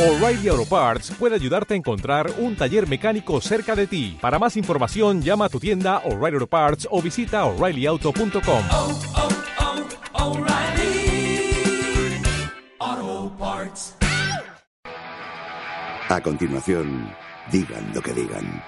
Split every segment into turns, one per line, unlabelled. O'Reilly Auto Parts puede ayudarte a encontrar un taller mecánico cerca de ti. Para más información, llama a tu tienda O'Reilly Auto Parts o visita oreillyauto.com.
oh, oh, O'Reilly Auto Parts.
A continuación, digan lo que digan.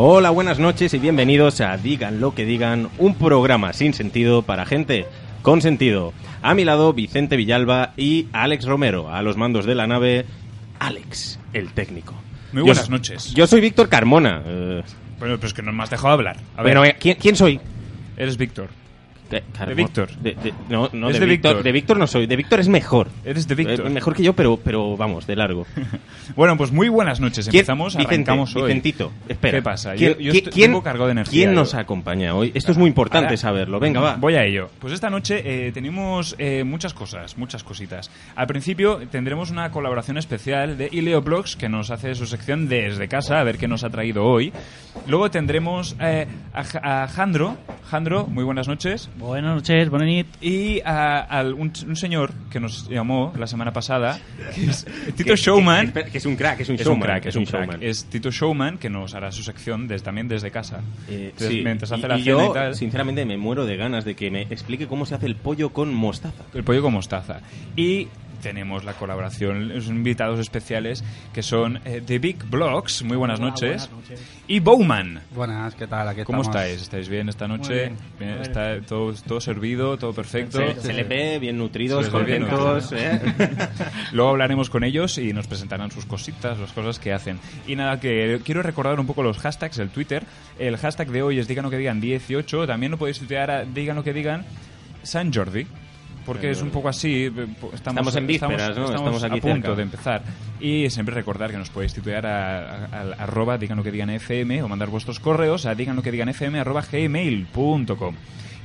Hola, buenas noches y bienvenidos a Digan lo que digan, un programa sin sentido para gente con sentido. A mi lado Vicente Villalba y Alex Romero, a los mandos de la nave Alex, el técnico.
Muy
Yo
buenas
so-
noches.
Yo soy Víctor Carmona. eh,
Bueno, pero es que no me has dejado hablar. A ver,
bueno, eh, ¿quién, quién soy?
eres Víctor.
De, Carmo-
Víctor.
de- de- no, no,
Es de
de, Víctor.
Víctor.
De Víctor no soy. De Víctor es mejor.
Eres de
Eh,
Víctor.
mejor que yo, pero, pero vamos, de largo.
Bueno, pues muy buenas noches.
¿Quién-
Empezamos,
Vicente,
arrancamos hoy.
Vicentito, espera.
¿Qué pasa?
¿Quién,
Yo- yo
qui-
estoy-
quién-
vengo cargado de energía,
¿Quién
yo.
nos acompaña hoy? Esto es muy importante
Ahora-
saberlo. Venga, va.
Voy a ello. Pues esta noche eh, tenemos eh, muchas cosas, muchas cositas. Al principio tendremos una colaboración especial de Ileo Blogs, que nos hace su sección desde casa, a ver qué nos ha traído hoy. Luego tendremos eh, a, Ja- a Jandro. Jandro, muy buenas noches.
Buenas noches, buenas nit.
Y a, al- un, un señor que nos llamó la semana pasada, que es
Que-
Tito Showman.
Que, que- que es un crack, es un
Es
showman.
un crack, es un crack.
showman.
Es Tito Showman que nos hará su sección desde- también desde casa.
Eh,
Entonces,
sí.
Mientras hace
Y-
la
y
cena
yo,
y tal.
sinceramente, me muero de ganas de que me explique cómo se hace el pollo con mostaza.
El pollo con mostaza. Y tenemos la colaboración, los invitados especiales que son eh, The Big Blocks. Muy buenas
Hola,
noches.
buenas noches.
Y Bowman.
Buenas, ¿qué tal? Aquí
¿Cómo
estamos.
estáis? ¿Estáis bien esta noche?
bien.
Bien,
Muy
está todo, todo servido, todo perfecto.
Se, se le ve bien nutridos,
Se les ve bien
contentos. ¿eh?
Luego hablaremos con ellos y nos presentarán sus cositas, las cosas que hacen. Y nada, que quiero recordar un poco los hashtags del Twitter. El hashtag de hoy es digan lo que digan 18. También lo podéis tuitear a digan lo que digan San Jordi. Porque es un poco así, eh, po- estamos,
Estamos en vísperas, ¿no? Estamos aquí
a punto
cerca.
de empezar. Y siempre recordar que nos podéis tuitear a- a- al arroba digan lo que digan FM o mandar vuestros correos a digan lo que digan FM arroba gmail.com.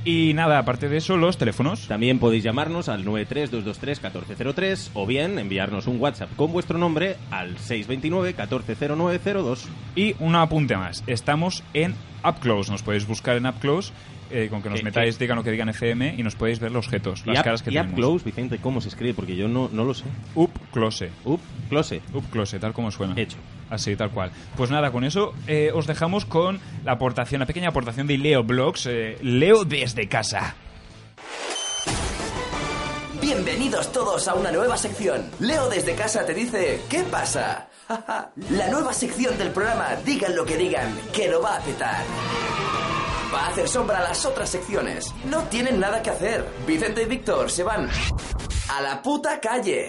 Y nada, aparte de eso, los teléfonos.
También podéis llamarnos al 93223-1403 o bien enviarnos un WhatsApp con vuestro nombre al 629-140902.
Y un apunte más. Estamos en UpClose. Nos podéis buscar en UpClose. eh, con que nos
Eh,
metáis,
eh.
digan lo que digan FM y nos podéis ver los objetos,
y
las
up-
caras que
y up
tenemos.
close, Vicente, ¿cómo se escribe? Porque yo no, no lo sé.
UpClose.
Up close.
UpClose, tal como suena.
Hecho.
Así, tal cual. Pues nada, con eso eh, os dejamos con la aportación, la pequeña aportación de Leo Blogs. eh, Leo desde casa.
Bienvenidos todos a una nueva sección. Leo desde casa te dice, ¿qué pasa? La nueva sección del programa Digan lo que digan, que lo va a petar. Va a hacer sombra a las otras secciones. No tienen nada que hacer. Vicente y Víctor se van a la puta calle.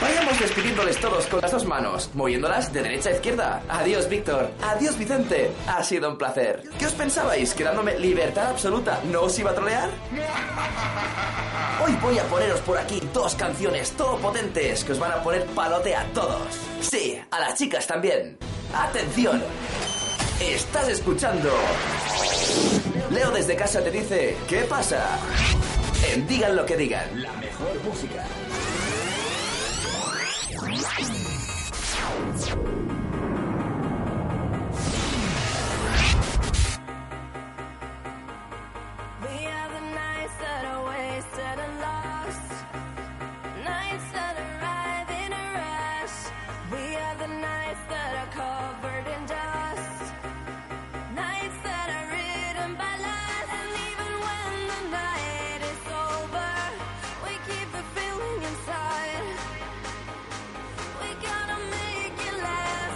Vayamos despidiéndoles todos con las dos manos, moviéndolas de derecha a izquierda. Adiós, Víctor. Adiós, Vicente. Ha sido un placer. ¿Qué os pensabais? ¿Que dándome libertad absoluta no os iba a trolear? Hoy voy a poneros por aquí dos canciones todopotentes que os van a poner palote a todos. Sí, a las chicas también. ¡Atención! Estás escuchando. Leo desde casa te dice, ¿qué pasa? En digan lo que digan. La mejor música.
We are the nights that are wasted and lost. Nights that arrive in a rush. We are the nights that are covered in dust. Nights that are written by lies. And even when the night is over, we keep the feeling inside. We gotta make it last.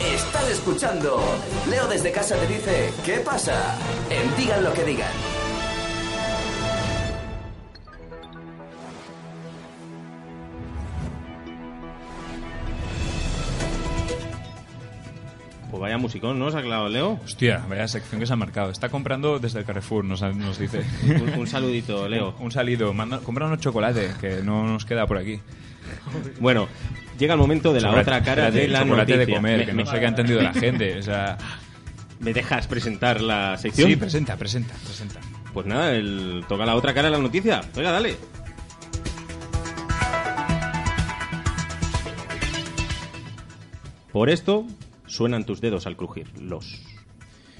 Estás escuchando. Leo desde casa te dice, ¿qué pasa? En Digan lo que digan.
Pues vaya musicón, ¿no? ¿Os ha clavado Leo?
Hostia, vaya sección que se ha marcado. Está comprando desde el Carrefour, nos, nos dice.
Un, un saludito, Leo.
Un salido, manda, compra unos chocolates, que no nos queda por aquí.
Bueno, llega el momento de la
Chocolate-
otra cara de la
chocolate
noticia.
de comer,
Me-
que
me-
no sé qué ha entendido la gente. O sea,
¿Me dejas presentar la sección?
sí, presenta, presenta, presenta.
Pues nada, el- toca la otra cara de la noticia. Venga, dale. Por esto suenan tus dedos al crujir. Los.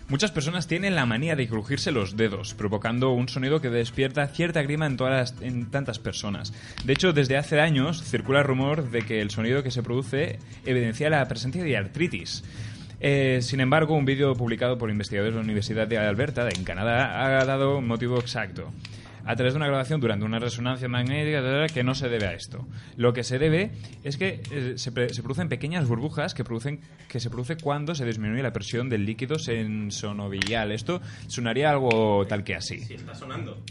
Muchas personas tienen la manía de crujirse los dedos, provocando un sonido que despierta cierta grima en, todas las- en tantas personas. De hecho, desde hace años circula el rumor de que el sonido que se produce evidencia la presencia de artritis. Eh, sin embargo, un vídeo publicado por investigadores de la Universidad de Alberta, en Canadá, ha dado un motivo exacto. A través de una grabación durante una resonancia magnética ta, ta, ta, que no se debe a esto. Lo que se debe es que eh, se, pre- se producen pequeñas burbujas que, producen, que se produce cuando se disminuye la presión del líquido sensonovial. Esto sonaría algo tal que así.
está sonando.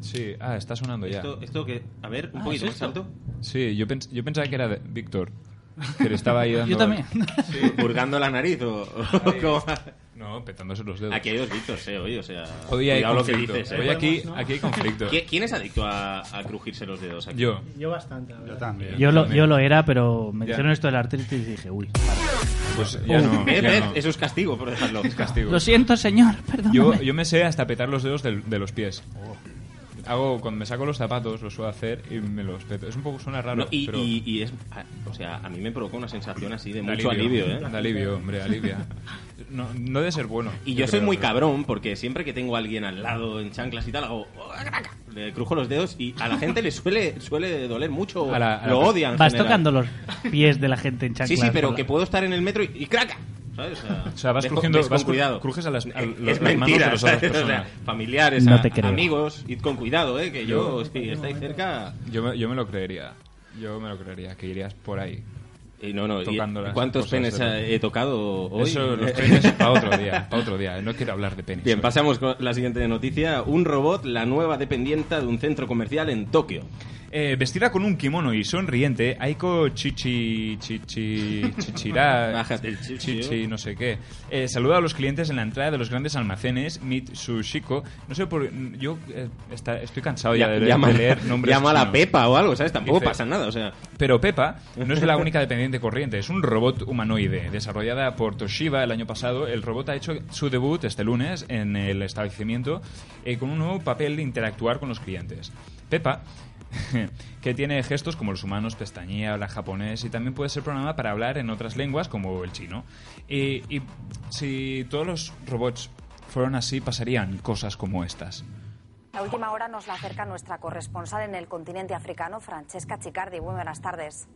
Sí, ah, está sonando ya.
que. A ver, un ¿eh?
poquito más
alto.
Sí, yo, pens- yo pensaba que era de Víctor, pero estaba ahí dando...
Yo también.
Purgando la nariz o. o como-
No, petándose los dedos.
Aquí hay dos dictos, eh, hoy, o sea.
Hoy hay
cuidado lo que
conflicto.
dices, eh.
Hoy aquí, aquí hay conflicto.
¿Qui- ¿Quién es adicto a, a crujirse los dedos aquí?
Yo.
Yo bastante, la verdad.
también.
Yo lo, yo lo era, pero me
Ya.
dijeron esto de la artritis y dije, uy.
Pues ya no.
¿Ves,
ya
ves?
no.
Eso es castigo por dejarlo.
Es castigo.
Lo siento, señor, perdóname.
Yo, yo me sé hasta petar los dedos del- de, los pies. Hago, cuando me saco los zapatos, los suelo hacer y me los peto. Es un poco, suena raro,
No, y,
pero
y- y es. a- O sea, a mí me provocó una sensación así de
da
mucho alivio, ¿eh?
Da alivio, hombre, alivia. No, no debe ser bueno.
Y yo, soy
creo,
muy
pero-
cabrón porque siempre que tengo a alguien al lado en chanclas y tal, hago. "Oh, Le crujo los dedos y a la gente le suele, suele doler mucho.
A la- a la
lo
pers-
odian. en
Vas
general.
tocando los pies de la gente en
Sí,
chanclas.
sí, pero
por la-
que puedo estar en el metro y, y craca. ¿Sabes?
O sea, vas
ves con-
crujiendo-
ves con
vas cru-
cuidado.
crujes a las- a los-
es
las manos
mentira,
de las otras
¿sabes? O sea,
personas.
familiares,
No
a-
te creo.
amigos, id con cuidado, ¿eh? Que yo, si estáis cerca.
Yo me, yo me lo creería. Yo me lo creería, que irías por ahí.
Y no, no, y-
Tocando las
¿cuántos
cosas
penes
de todo.
he tocado hoy?
Eso, los penes, para otro día. Para otro día. eh, No quiero hablar de penes.
Bien, pasamos con la siguiente noticia. Un robot, la nueva dependienta de un centro comercial en Tokio.
Eh, vestida con un kimono y sonriente, Aiko Chichi Chichi Chichira
Bajas del chichi,
Chichi no sé qué eh, saluda a los clientes en la entrada de los grandes almacenes Mitsushiko. No sé por yo eh, está- estoy cansado ya, de, leer-
llama,
de leer nombres.
llama a la
chinos.
Pepa o algo, ¿sabes? Tampoco
Dice-
pasa nada, o sea...
Pero Pepa no es la única dependiente corriente, es un robot humanoide. Desarrollada por Toshiba el año pasado, el robot ha hecho su debut este lunes en el establecimiento eh, con un nuevo papel de interactuar con los clientes. Pepa, que tiene gestos como los humanos, pestañea, habla japonés y también puede ser programada para hablar en otras lenguas como el chino. Y, y si todos los robots fueron así, pasarían cosas como estas.
La última hora nos la acerca nuestra corresponsal en el continente africano, Francesca Chicardi. Muy buenas tardes.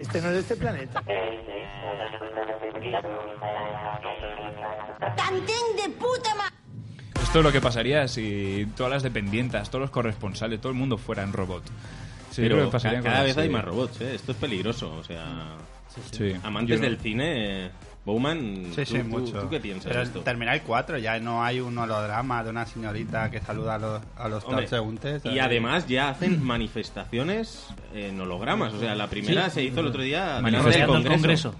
Este no es de este planeta.
Esto es lo que pasaría si todas las dependientas, todos los corresponsales, todo el mundo fueran robot. Sí,
pero
creo que pasaría
ca- cada
con-
vez hay
sí.
más robots, ¿eh? Esto es peligroso, o sea...
Sí.
Amantes
Yo no-
del cine... eh, Bowman,
Sí,
¿tú,
sí,
tú-
mucho.
tú qué piensas
Pero
de
en
esto?
Terminal 4 ya no hay un holodrama de una señorita que saluda a los, a los
Hombre,
transeúntes.
y además ya hacen manifestaciones en hologramas. O sea, la primera se hizo el otro día delante del
Rodeando el
Congreso.
Congreso.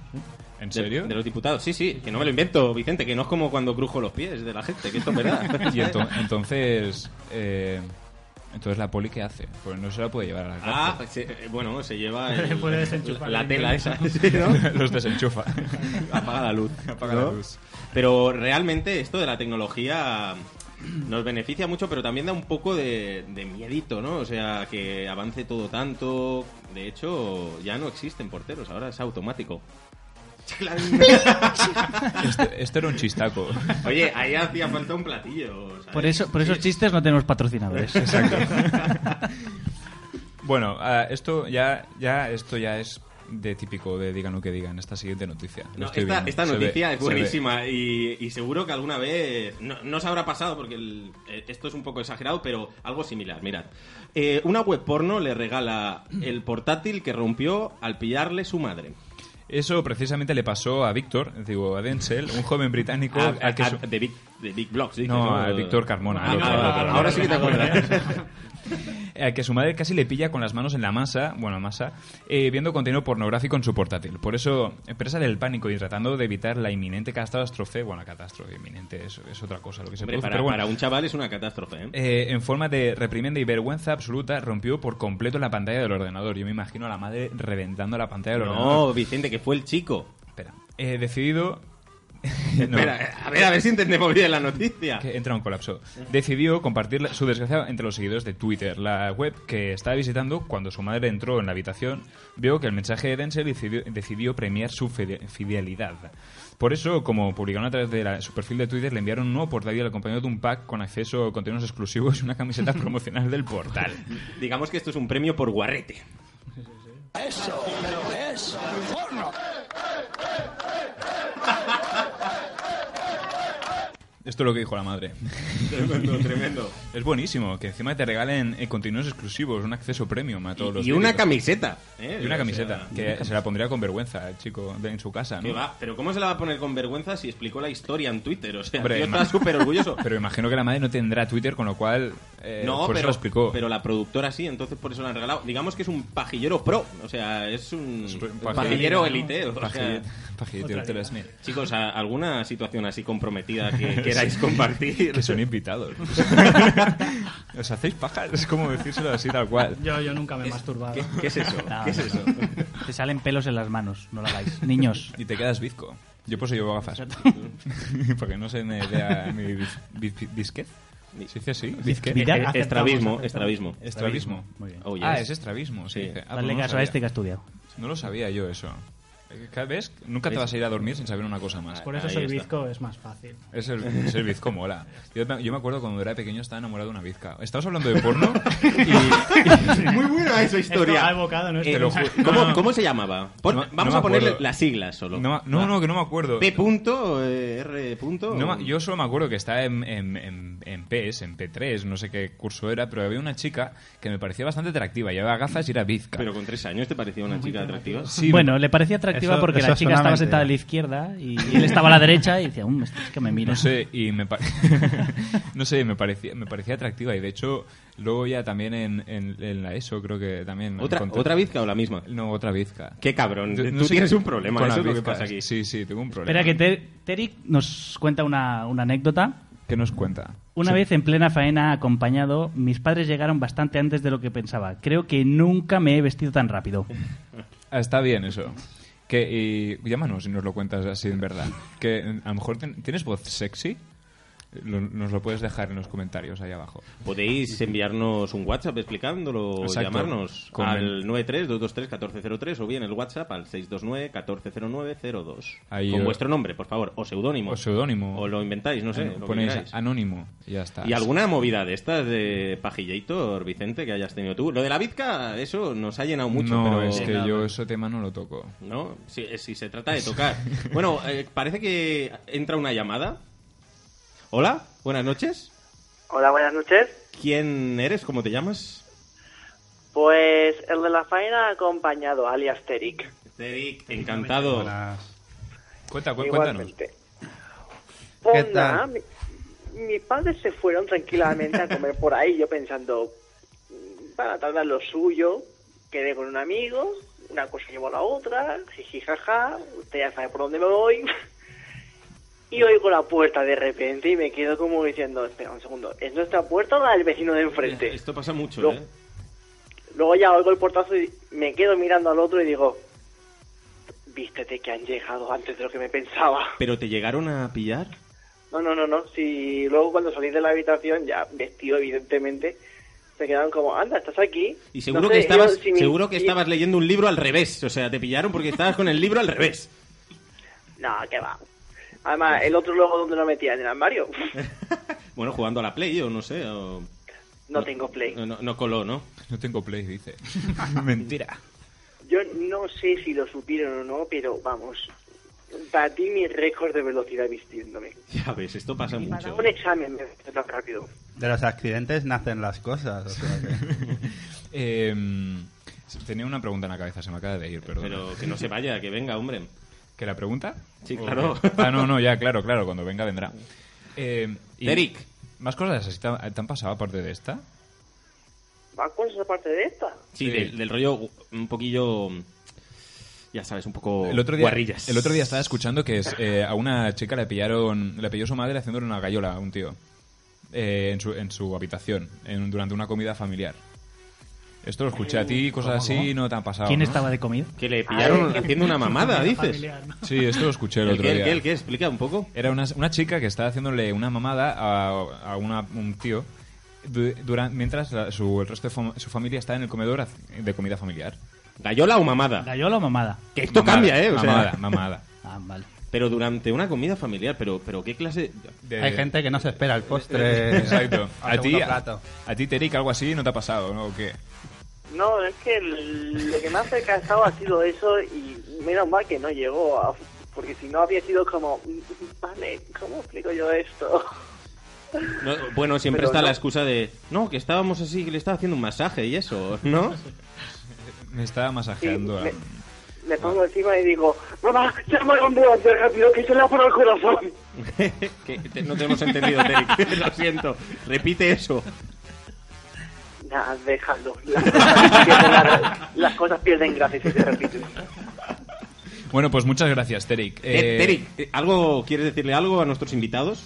¿En
De-
serio?
De, los diputados, sí, sí, que no me lo invento, Vicente, que no es como cuando crujo los pies de la gente, que esto es verdad.
Y ento- entonces. eh, entonces, ¿la poli qué hace? Pues no se la puede llevar a la
Ah,
cárcel.
se- bueno, se lleva el-
Le puede desenchufar
la
el
tela esa,
internet.
sí, ¿no?
Los desenchufa.
Apaga la luz.
Apaga
¿no?
la luz.
Pero realmente esto de la tecnología nos beneficia mucho, pero también da un poco de, de miedito, ¿no? O sea, que avance todo tanto. De hecho, ya no existen porteros, ahora es automático.
Este, este era un chistaco.
Oye, ahí hacía falta un platillo. ¿sabes?
Por, eso, por esos chistes no tenemos patrocinadores.
Bueno, ah, esto ya, ya, esto ya es de típico de digan lo que digan. Esta siguiente noticia. Lo
No,
estoy
esta,
viendo.
esta
Se ve,
noticia es
se ve.
buenísima y, y seguro que alguna vez no, no os habrá pasado porque el- eh, esto es un poco exagerado, pero algo similar. Mirad, Eh, una web porno le regala el portátil que rompió al pillarle su madre.
Eso precisamente le pasó a Víctor, digo, a Denzel, un joven británico.
Ah,
al que
ah,
su-
de Big, de Big Blocks, dices,
No, a Víctor Carmona.
Ah,
al otro,
no,
al otro,
ahora,
al otro.
sí que te acuerdas.
Eh, que su madre casi le pilla con las manos en la masa, bueno, masa, eh, viendo contenido pornográfico en su portátil. Por eso, eh, empresa del pánico y tratando de evitar la inminente catástrofe, bueno, la catástrofe inminente es, es otra cosa lo que se
Hombre,
produce,
para,
pero bueno.
para un chaval es una catástrofe, ¿eh?
Eh, en forma de reprimenda y vergüenza absoluta, rompió por completo la pantalla del ordenador. Yo me imagino a la madre reventando la pantalla del
No,
ordenador.
Vicente, que fue el chico.
Espera. Eh, decidido... No.
Espera, a ver, a ver si entendemos bien la noticia.
que entra en un colapso. Decidió compartir la- su desgracia entre los seguidores de Twitter. La web que estaba visitando cuando su madre entró en la habitación vio que el mensaje de Denzel y decidió, decidió premiar su fide- fidelidad. Por eso, como publicaron a través de la- su perfil de Twitter, le enviaron un nuevo portátil acompañado de un pack con acceso a contenidos exclusivos y una camiseta promocional del portal.
Digamos que esto es un premio por guarrete.
Eso es porno.
Esto es lo que dijo la madre.
Tremendo, tremendo.
Es buenísimo que encima te regalen eh, contenidos exclusivos, un acceso premium a todos los
Y, y una
vídeos.
camiseta. ¿eh?
Y una
O sea,
camiseta, que se la pondría con vergüenza el chico de- en su casa, ¿no?
que va, pero ¿cómo se la va a poner con vergüenza si explicó la historia en Twitter? O sea,
Hombre,
yo
ima-
estaba súper orgulloso.
Pero imagino que la madre no tendrá Twitter, con lo cual eh,
no,
por eso
pero,
lo explicó.
pero la productora sí, entonces por eso la han regalado. Digamos que es un pajillero pro, o sea, es un,
Es un
pajillero,
pajillero
elite. o sea,
Pajillet- Pajillete
Otra
Hotel
liga.
Smith.
chicos, ¿a- ¿alguna situación así comprometida que queráis compartir?
Que son invitados. Os hacéis pajas, es como decírselo así tal cual.
Yo, yo nunca me he masturbado.
¿Qué, qué es eso?
No,
¿Qué es
no,
eso?
no. Te salen pelos en las manos, no la hagáis. Niños.
Y te quedas bizco. Yo por eso llevo gafas. Porque no se me vea mi bis- bis- disquet. ¿Se dice así? ¿Disquet?
Vida.
Eh,
Aceptamos,
Estrabismo,
aceptamos.
estrabismo.
Estrabismo.
Muy bien.
Oh, yes.
Ah, es estrabismo, sí.
Sí.
Ah, pues
Dale
no lo
caso a
sabía.
este que ha estudiado.
No lo sabía yo eso. Cada vez nunca te vas a ir a dormir sin saber una cosa más.
Por eso
Ahí
ser
está.
bizco es más fácil.
Es el, es el bizco mola. Yo, ta- yo me acuerdo cuando era pequeño estaba enamorado de una bizca. Estabas hablando de porno y...
Muy buena esa
Esto ha
historia.
evocado, ¿no?
te lo ju-
¿Cómo,
No, no,
cómo se llamaba? Pon-
No, no
vamos
me
a ponerle
acuerdo.
las siglas solo.
No, ma- no, no, que no me acuerdo.
P punto, eh, R punto.
No ma- yo solo me acuerdo que estaba en, en, en, en PS, en P3, no sé qué curso era, pero había una chica que me parecía bastante atractiva. Llevaba gafas y era bizca.
Pero con tres años te parecía una chica atractiva.
bueno, le parecía atractiva
Eso-
porque
eso
la chica
suena
estaba
mentira.
sentada a la izquierda y él estaba a la derecha y decía, "Mm, este es que me mira.
No sé, y me, pa- no sé, me, parecía, me parecía atractiva. Y de hecho, luego ya también en, en, en la ESO creo que también...
¿Otra,
encontré-
¿Otra bizca o la misma?
No, otra bizca.
Qué cabrón.
Yo- no
Tú
sé-
tienes un problema.
con las
eso es lo que
bizcas.
pasa aquí.
Sí, sí, tengo un problema.
Espera que Te- Terik nos cuenta una, una anécdota.
¿Qué nos cuenta?
Una
Sí.
vez en plena faena acompañado, mis padres llegaron bastante antes de lo que pensaba. Creo que nunca me he vestido tan rápido.
Ah, está bien eso. Que, y llámanos y nos lo cuentas así en verdad. Que eh, a lo mejor ten- tienes voz sexy. Lo- nos lo puedes dejar en los comentarios ahí abajo. Eh,
Podéis enviarnos un WhatsApp explicándolo o
Exacto.
llamarnos
Con
al 93-223-1403 o bien el WhatsApp al 629-140902.
Ahí
Con
o-
vuestro nombre, por favor, o seudónimo.
O seudónimo.
O lo inventáis, no sé.
An-
lo que
Ponéis
queráis.
anónimo y ya está.
¿Y alguna movida de estas de Pajillator, Vicente, que hayas tenido tú? Lo de la Vizca, eso nos ha llenado mucho,
no,
pero...
es que yo ese tema no lo toco.
¿No? Si, si se trata de tocar. bueno, eh, parece que entra una llamada. Hola, buenas noches.
Hola, buenas noches.
¿Quién eres? ¿Cómo te llamas?
Pues el de la faena acompañado, alias Terik.
Eric, encantado.
Buenas.
Cuenta, cu- cuéntanos.
Igualmente.
¿Qué
Pues
tal?
nada, mi- mis padres se fueron tranquilamente a comer por ahí, yo pensando, mm, van a tardar lo suyo, quedé con un amigo, una cosa llevó a la otra, jiji jaja, usted ya sabe por dónde me voy. Y oigo la puerta de repente y me quedo como diciendo, espera un segundo, ¿es nuestra puerta o la del vecino de enfrente?
Esto pasa mucho,
No.
¿eh?
Luego ya oigo el portazo y me quedo mirando al otro y digo, vístete que han llegado antes de lo que me pensaba.
¿Pero te llegaron a pillar?
No, no, no, no. Si luego cuando salí de la habitación, ya vestido evidentemente, se quedaron como, anda, estás aquí.
Y seguro
No sé,
que estabas,
yo, si mi-
seguro que
si-
estabas leyendo un libro al revés. O sea, te pillaron porque estabas con el libro al revés.
No, que va. Además, el otro luego donde lo metía en el armario.
Bueno, jugando a la Play o no sé. o-
No tengo play.
No, no coló, ¿no?
No tengo play, dice. Mentira.
Yo no sé si lo supieron o no, pero vamos, batí mi récord de velocidad vistiéndome.
Ya ves, esto pasa
Para
mucho.
un examen me vestí tan rápido.
De los accidentes nacen las cosas. o sea que-
Eh, Tenía una pregunta en la cabeza, se me acaba de ir, perdón.
Pero que no se vaya, que venga, hombre.
¿Que la pregunta?
Sí, claro.
Ah, no, no, ya, claro, claro, cuando venga vendrá. Eh, y-
Derek.
¿Más cosas así te han te han pasado aparte de esta?
¿Más cosas aparte de esta?
Sí,
eh,
Del, del rollo gu- un poquillo. Ya sabes, un poco.
El otro día,
guarrillas.
El otro día estaba escuchando que es, eh, a una chica le pillaron, le pilló su madre haciéndole una gallola a un tío eh, en, su, en su habitación en- durante una comida familiar. Esto lo escuché a ti, cosas
Uh, ¿Cómo,
así,
cómo?
no te han pasado.
¿Quién
¿no?
estaba de comida?
Que le pillaron haciendo una mamada, dices.
Sí, esto lo escuché el,
¿El
otro
qué, el
día.
qué, el qué? Explica un poco.
Era una, una chica que estaba haciéndole una mamada a, a una- un tío du- duran- mientras la- su, el resto de fam- su familia estaba en el comedor haz- de comida familiar.
¿Gallola o mamada?
¿Gallola o mamada?
Que esto
Mamada,
cambia, ¿eh? O sea-
mamada, mamada.
Ah, vale.
Pero durante una comida familiar, pero, pero ¿qué clase? de-
Hay gente que no se espera el postre.
Exacto.
al
A ti,
segundo
a,
plato.
a ti, Terik, algo así no te ha pasado, ¿no? ¿O qué?
No, es que el- lo que más me ha casado ha sido eso y menos mal que no llegó a... Porque si no había sido como... Vale, ¿cómo explico yo esto?
No, bueno, siempre
Pero
está
no.
la excusa de, no, que estábamos así, que le estaba haciendo un masaje y eso, ¿no?
Me estaba masajeando. a-
me- Me pongo encima y digo, mamá, llama a un ambulancia rápido que se le ha parado el corazón.
Que te- no te hemos entendido, Derek. Lo siento. Repite eso.
Nah, déjalo. Las cosas, pierden la- las cosas pierden gracia si se repiten.
Bueno, pues muchas gracias, Terik.
Eh,
Eh,
Derek, eh, ¿algo, ¿quieres decirle algo a nuestros invitados?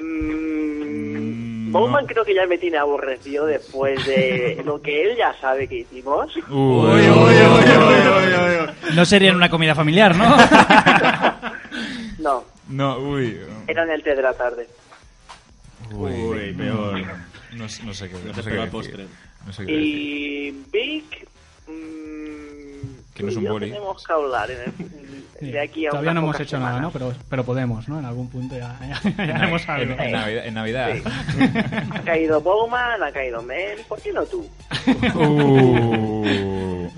Mm, Bowman creo que ya me tiene aborrecido después de lo que él ya sabe que hicimos.
No sería en una comida familiar, ¿no?
No,
No, uy.
era en el té de la tarde.
Uy,
Uy, peor.
No, s- no sé qué.
No
No sé
te
qué
esperaba
decir.
postre.
No sé qué decir.
Y Vic, mm,
Que no es
tú y
un
yo
boli.
Tenemos que hablar en el- de aquí a
Todavía no
unas
hemos
pocas
hecho nada, ¿no? Pero, pero podemos, ¿no? En algún punto ya, ya- ya
En
haremos
Navi-
algo.
en- en Navidad. en Navidad.
semanas. Ha caído Bowman, ha caído Mel, ¿por qué no tú?
Uh.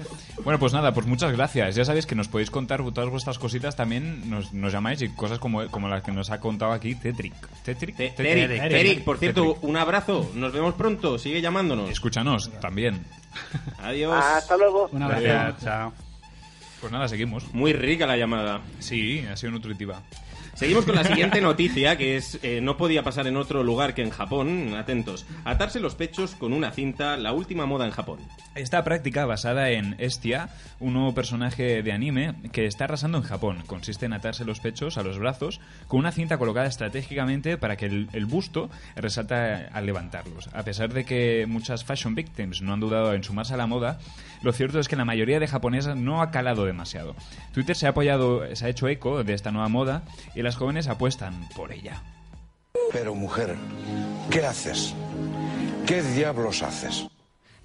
Bueno, pues nada, pues muchas gracias. Ya sabéis que nos podéis contar todas vuestras cositas también, nos, nos llamáis y cosas como, como las que nos ha contado aquí Tetric. Tetric,
Te-
Tetric,
Derek, Derek, por cierto,
Tetric.
un abrazo. Nos vemos pronto. Sigue llamándonos.
Escúchanos también.
Adiós.
Ah, Hasta luego.
Un abrazo.
Gracias.
Chao.
Pues nada, seguimos.
Muy rica la llamada.
Sí, ha sido nutritiva.
Seguimos con la siguiente noticia, que es eh, no podía pasar en otro lugar que en Japón. Atentos. Atarse los pechos con una cinta, la última moda en Japón.
Esta práctica, basada en Estia, un nuevo personaje de anime que está arrasando en Japón, consiste en atarse los pechos a los brazos con una cinta colocada estratégicamente para que el, el busto resalta al levantarlos. A pesar de que muchas fashion victims no han dudado en sumarse a la moda, lo cierto es que la mayoría de japonesas no ha calado demasiado. Twitter se ha apoyado, se ha hecho eco de esta nueva moda y las jóvenes apuestan por ella.
Pero mujer, ¿qué haces? ¿Qué diablos haces?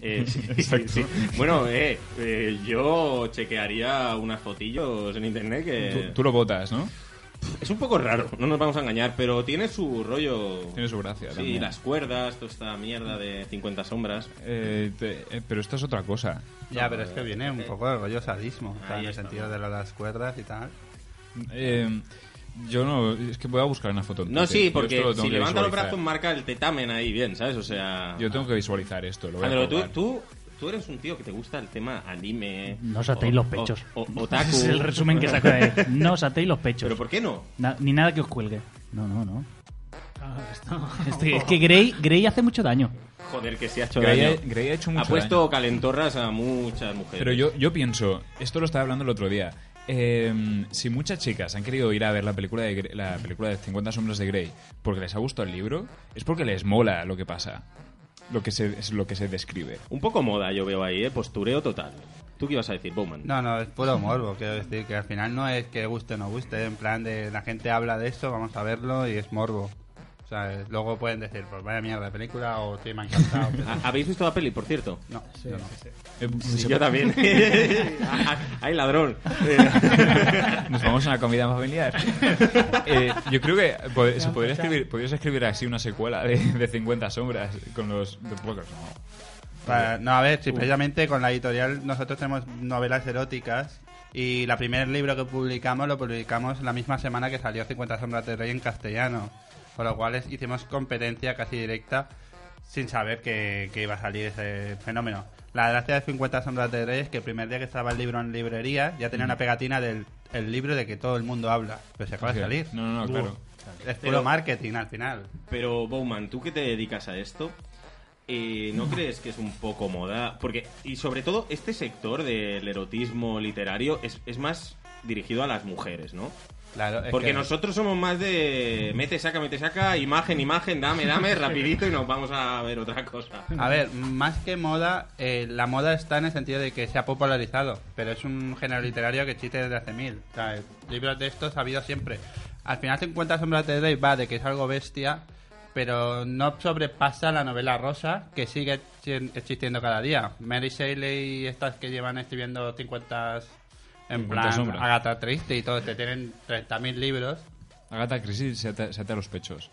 Eh, sí, sí, sí. Bueno, eh, eh, yo chequearía unas fotillos en internet que...
Tú, tú lo votas, ¿no?
Es un poco raro, no nos vamos a engañar, pero tiene su rollo.
Tiene su gracia.
Sí,
también.
las cuerdas, toda esta mierda de 50 sombras.
Eh, te- eh, pero esto es otra cosa.
Ya, pero es que viene un poco de rollo sadismo. o sea,
Ahí
en el
está.
sentido de lo de las cuerdas y tal.
Eh, yo no, es que voy a buscar una foto.
No,
entonces.
sí,
Yo
porque
esto lo tengo
si
que
levanta los
visualizar.
brazos marca el tetamen ahí bien, ¿sabes? O sea.
Yo tengo que visualizar esto. Lo voy a
Alejandro, tú,
colgar.
tú, tú eres un tío que te gusta el tema anime.
No os atéis
o-
los pechos.
o- o- otaku.
Ese es el resumen que saco de No os atéis los pechos.
¿Pero por qué no?
Na- ni nada que os cuelgue. No, no, no. Estoy- es que Grey, Grey hace mucho daño.
Joder, que se ha hecho
Grey ha-
daño.
Grey ha hecho mucho
puesto calentorras a muchas mujeres.
Pero yo, yo pienso, esto lo estaba hablando el otro día. eh, si muchas chicas han querido ir a ver la película de Gre- la película de 50 sombras de Grey porque les ha gustado el libro, es porque les mola lo que pasa, lo que se es lo que se describe.
Un poco moda yo veo ahí, ¿eh? Postureo total. ¿Tú qué ibas a decir, Bowman?
No, no, es puro morbo. Quiero decir que al final no es que guste o no guste. En plan de la gente habla de esto, vamos a verlo y es morbo. O sea, eh, luego pueden decir, pues vaya mierda de película o te me ha encantado. pero
¿Ha- ¿Habéis visto la peli, por cierto?
no, yo no.
Eh,
Sí,
se-
Pues yo también. ¡Ay, ladrón!
Nos vamos a una comida más familiar. Eh, yo creo que pod- se podría escribir, podrías escribir así una secuela de, de 50 sombras con los... de- bueno, no.
Para- no, a ver, si precisamente con la editorial nosotros tenemos novelas eróticas y la primer libro que publicamos lo publicamos la misma semana que salió 50 sombras de Rey en castellano, con lo cual es- hicimos competencia casi directa sin saber que, que iba a salir ese fenómeno. La gracia de 50 sombras de Grey es que el primer día que estaba el libro en librería ya
Mm.
tenía una pegatina del el libro de que todo el mundo habla. Pero se acaba
Sí.
de salir.
No, no, no, claro.
Es
Pero-
puro marketing al final.
Pero Bowman, tú que te dedicas a esto, eh, ¿no crees que es un poco moda? Porque, y sobre todo, este sector del erotismo literario es, es más dirigido a las mujeres, ¿no?
Claro, es
Porque
que-
nosotros somos más de mete, saca, mete, saca, imagen, imagen, dame, dame, rapidito y nos vamos a ver otra cosa.
A ver, más que moda, eh, la moda está en el sentido de que se ha popularizado, pero es un género literario que existe desde hace mil. O sea, libros de estos ha habido siempre. Al final 50 sombras de Grey va de que es algo bestia, pero no sobrepasa la novela rosa que sigue exi- existiendo cada día. Mary Shelley y estas que llevan escribiendo 50 en
50
plan
sombras.
Agatha Triste y todo, te tienen 30.000 libros.
Agatha Christie se ata, se ata los pechos.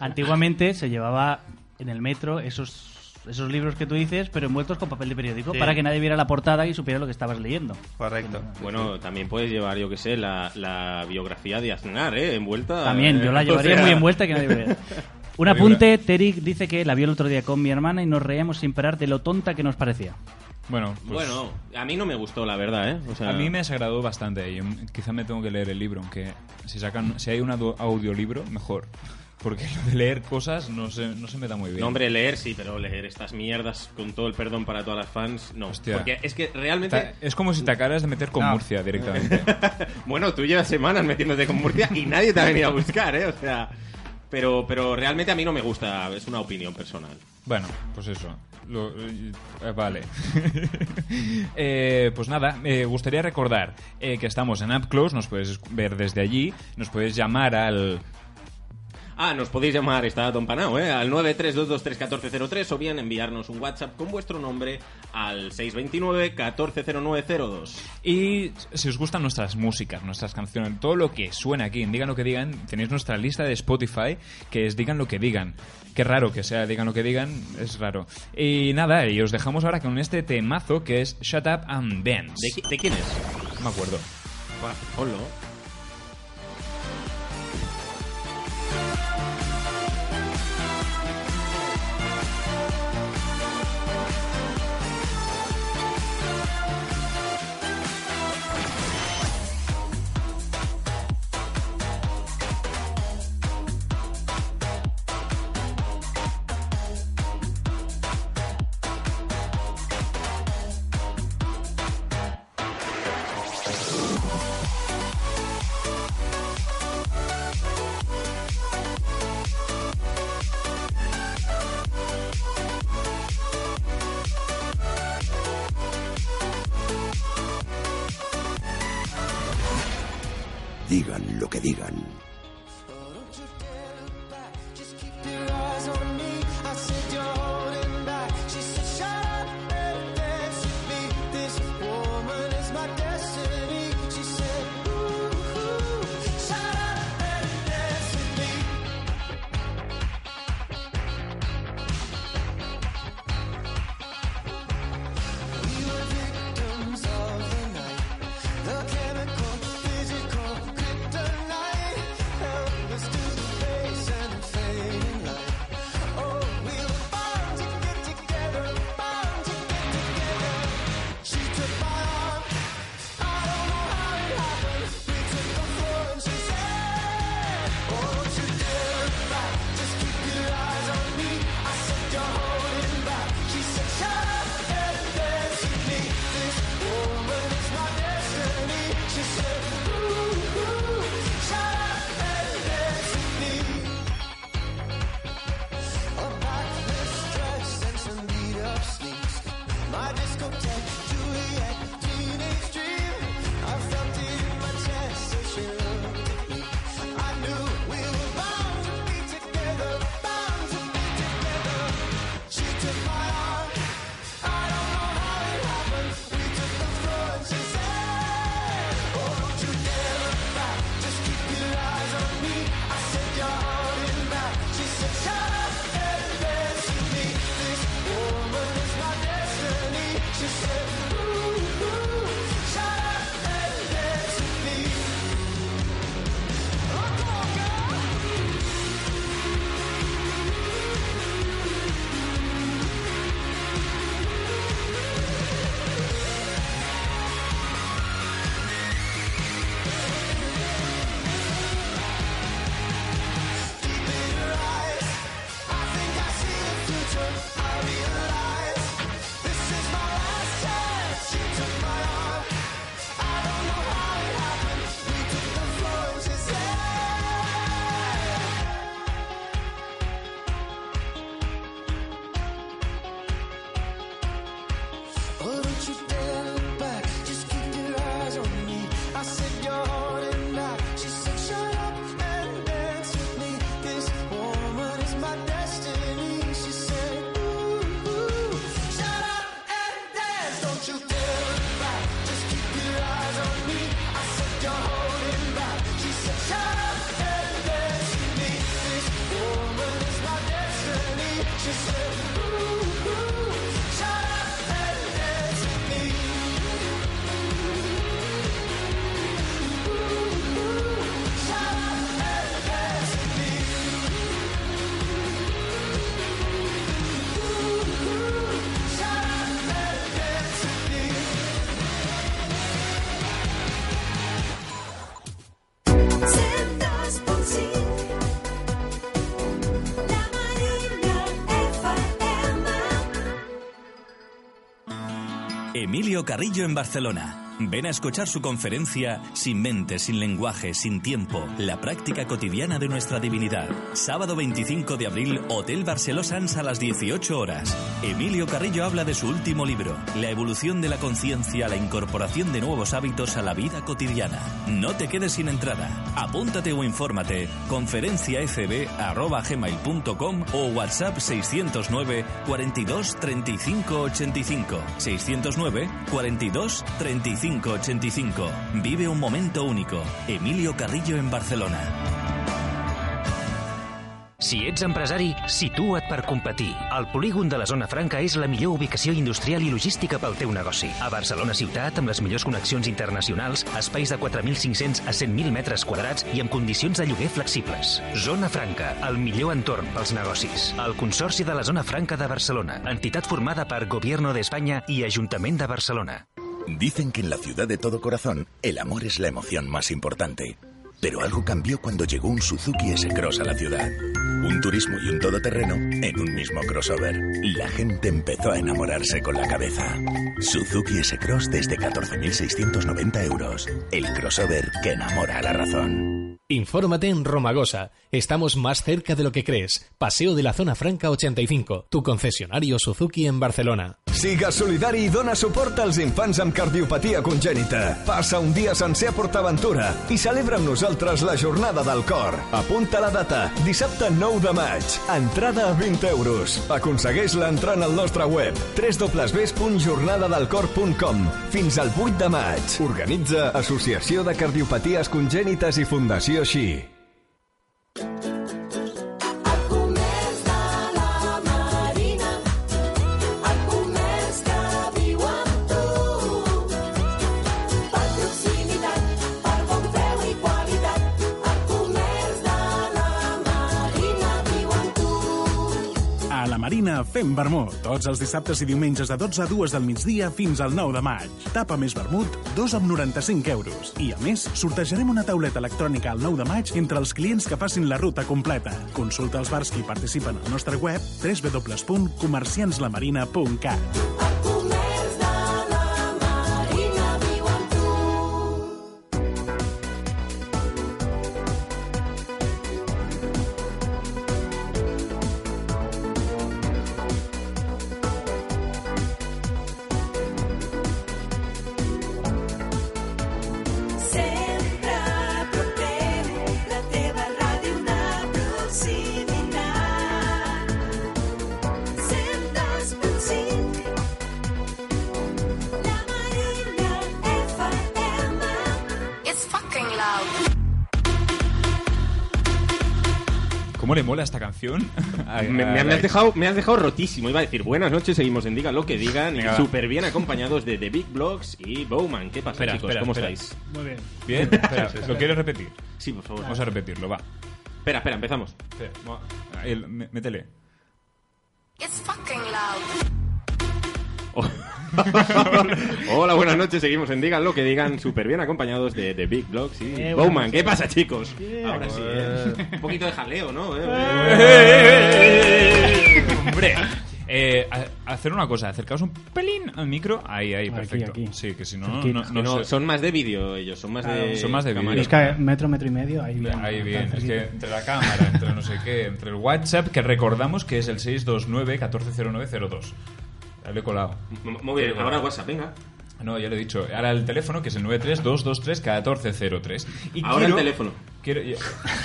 Antiguamente se llevaba en el metro esos, esos libros que tú dices, pero envueltos con papel de periódico,
Sí.
para que nadie viera la portada y supiera lo que estabas leyendo.
Correcto.
Bueno, también puedes llevar, yo que sé, la, la biografía de Aznar, ¿eh? Envuelta.
También, yo la
eh, O
llevaría
sea-
muy envuelta que nadie vea. Un apunte, Terik dice que la vio el otro día con mi hermana y nos reíamos sin parar de lo tonta que nos parecía.
Bueno, pues-
Bueno, a mí no me gustó, la verdad, ¿eh? O sea,
A mí me desagradó bastante y mm, quizá me tengo que leer el libro, aunque si sacan si hay un audio- audiolibro, mejor. Porque lo de leer cosas no se, no se me da muy bien.
No, hombre, leer sí, pero leer estas mierdas con todo el perdón para todas las fans, no.
Hostia.
Porque es que realmente...
Ta- Es como si te acabaras de meter con Murcia directamente.
bueno, tú llevas semanas metiéndote con Murcia y nadie te ha venido a buscar, ¿eh? O sea... Pero, pero realmente a mí no me gusta, es una opinión personal.
Bueno, pues eso. Lo- eh, vale. Eh, pues nada, me gustaría recordar eh, que estamos en Up Close, nos puedes escu- ver desde allí, nos puedes llamar al...
Ah, nos podéis llamar, está Don Panao, ¿eh? Al 932231403 o bien enviarnos un WhatsApp con vuestro nombre al 629-140902.
Y si os gustan nuestras músicas, nuestras canciones, todo lo que suena aquí, en digan lo que digan, tenéis nuestra lista de Spotify que es digan lo que digan. Qué raro que sea digan lo que digan, es raro. Y nada, y os dejamos ahora con este temazo que es Shut Up and Dance.
¿De qui- de quién
es? Me acuerdo.
Ponlo.
Digan lo que digan.
your eyes on me. I said you're holding back. She said shut up and dance with me. This woman is my destiny. She said ooh, ooh shut up and dance with me. We were victims of the night. The chemical, physical kryptonite. Oh, you'll get it back. Just keep your eyes on me. I said you're holding back. She said, shut up and dance with me. This woman is my destiny. She said, ooh, ooh, shut up and dance with me. Ooh, ooh, shut up and dance with me. Ooh, ooh, shut up and dance with me.
Emilio Carrillo en Barcelona. Ven a escuchar su conferencia Sin mente, sin lenguaje, sin tiempo, la práctica cotidiana de nuestra divinidad. Sábado 25 de abril, Hotel Barceló Sans a las 18 horas. Emilio Carrillo habla de su último libro, La evolución de la conciencia a la incorporación de nuevos hábitos a la vida cotidiana. No te quedes sin entrada. Apúntate o infórmate. Conferenciafb.gmail.com o WhatsApp 609 42 35 85. 609 42 35 85. Vive un momento único. Emilio Carrillo en Barcelona.
Si ets empresari, situa't per competir. El polígon de la Zona Franca és la millor ubicació industrial i logística pel teu negoci. A Barcelona ciutat, amb les millors connexions internacionals, espais de 4.500 a 100.000 metres quadrats i amb condicions de lloguer flexibles. Zona Franca, el millor entorn pels negocis. El Consorci de la Zona Franca de Barcelona, entitat formada per Gobierno de España i Ajuntament de Barcelona.
Dicen que en la ciudad de todo corazón, el amor es la emoción más importante. Pero algo cambió cuando llegó un Suzuki S-Cross a la ciudad. Un turismo y un todoterreno en un mismo crossover. La gente empezó a enamorarse con la cabeza. Suzuki S-Cross desde 14.690 euros. El crossover que enamora a la razón.
Infórmate en Romagosa. Estamos más cerca de lo que crees. Paseo de la Zona Franca 85, tu concesionario Suzuki en Barcelona.
Sigues solidari i dona suport als infants amb cardiopatia congènita. Passa un dia sencer a PortAventura i celebra amb nosaltres la Jornada del Cor. Apunta la data, dissabte 9 de maig. Entrada a 20 euros. Aconsegueix-la entrant al nostre web www.jornadadelcor.com fins al 8 de maig. Organitza Associació de Cardiopaties Congènites i Fundació Xi.
A la Marina fem vermut tots els dissabtes i diumenges de 12 a 2 del migdia fins al 9 de maig. Tapa més vermut, 2 amb 95 euros. I a més, sortejarem una tauleta electrònica al 9 de maig entre els clients que facin la ruta completa. Consulta els bars que hi participen al nostre web www.comerciantslamarina.cat
Sempre apropem la teva ràdio, la proximitat. 102.5, la Marina FM. It's fucking loud.
¿Cómo le mola esta canción?
Me, me has dejado, me has dejado rotísimo. Iba a decir buenas noches, seguimos en Digan lo que digan.
Venga, va.
Súper bien acompañados de The Big Blocks y Bowman. ¿Qué pasa,
Espera,
chicos?
espera,
¿Cómo
espera.
estáis?
Muy bien. Bien, espera, ¿lo quieres
repetir? Sí, por favor.
Vamos a repetirlo, va.
Espera, espera, empezamos.
Espera, mo- el- mé- métele.
It's fucking loud.
Oh. Hola, Ah, buenas noches, seguimos en Digan lo que digan. Súper bien acompañados de The Big Blocks y
Eh, buenas
Bowman. ¿Qué
noches.
pasa, chicos?
Bien.
Ahora sí, ¿eh? Un poquito de jaleo, ¿no? Eh,
eh, Hombre, eh, a- hacer una cosa, acercaos un pelín al micro. Ahí, ahí, perfecto. Sí, que si no, no,
Cerquita.
no
No,
sé.
son más de vídeo ellos, son más de.
Son más de vídeo.
Es que metro, metro y medio, ahí bien.
Ahí
tan
bien, es que
cerquita.
entre la cámara, entre no sé qué, entre el WhatsApp, que recordamos que es el 629-140902. Ya lo he colado.
M- muy bien, eh, ahora WhatsApp, venga.
No, ya lo he dicho. Ahora el teléfono, que es el 93223-1403. Y
Ahora el
quiero-
teléfono.
Quiero,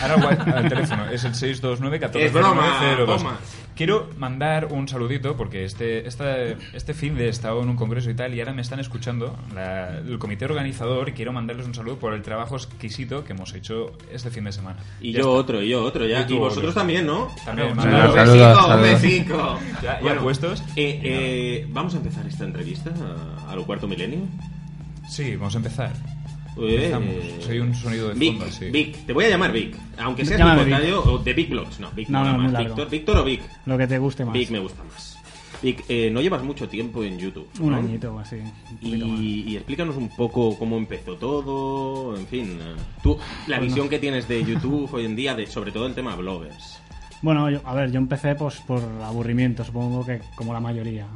ahora guay- al teléfono, es el 629 14
Es broma,
02.
broma.
Quiero mandar un saludito porque este, esta- este fin de he estado en un congreso y tal y ahora me están escuchando la- el comité organizador y quiero mandarles un saludo por el trabajo exquisito que hemos hecho este fin de semana.
Y
Ya
yo
está.
otro, y yo otro, ya.
tú
Y vosotros también, ¿no?
También. mandad-
Claro, hombre, cinco, hombre, cinco.
Ya, ya
Bueno,
puestos.
eh, eh, vamos a empezar esta entrevista a- a lo cuarto milenio.
Sí, vamos a empezar.
Eh,
Empezamos. Soy un sonido de
Vic,
fondo, sí.
Vic, te voy a llamar Vic. Aunque seas mi
Llámame Vic.
contrario, o de Big Blocks, no, Vic,
No,
mola
no, muy
más.
largo.
Víctor, Víctor o Vic.
Lo que te guste más.
Vic me gusta más. Vic, eh, no llevas mucho tiempo en YouTube.
Un
¿no?
añito o así.
Y, y explícanos un poco cómo empezó todo, en fin, eh, tú, la
Pues no.
visión que tienes de YouTube hoy en día, de, sobre todo el tema bloggers.
Bueno, yo- a ver, yo empecé pues por aburrimiento, supongo que como la mayoría.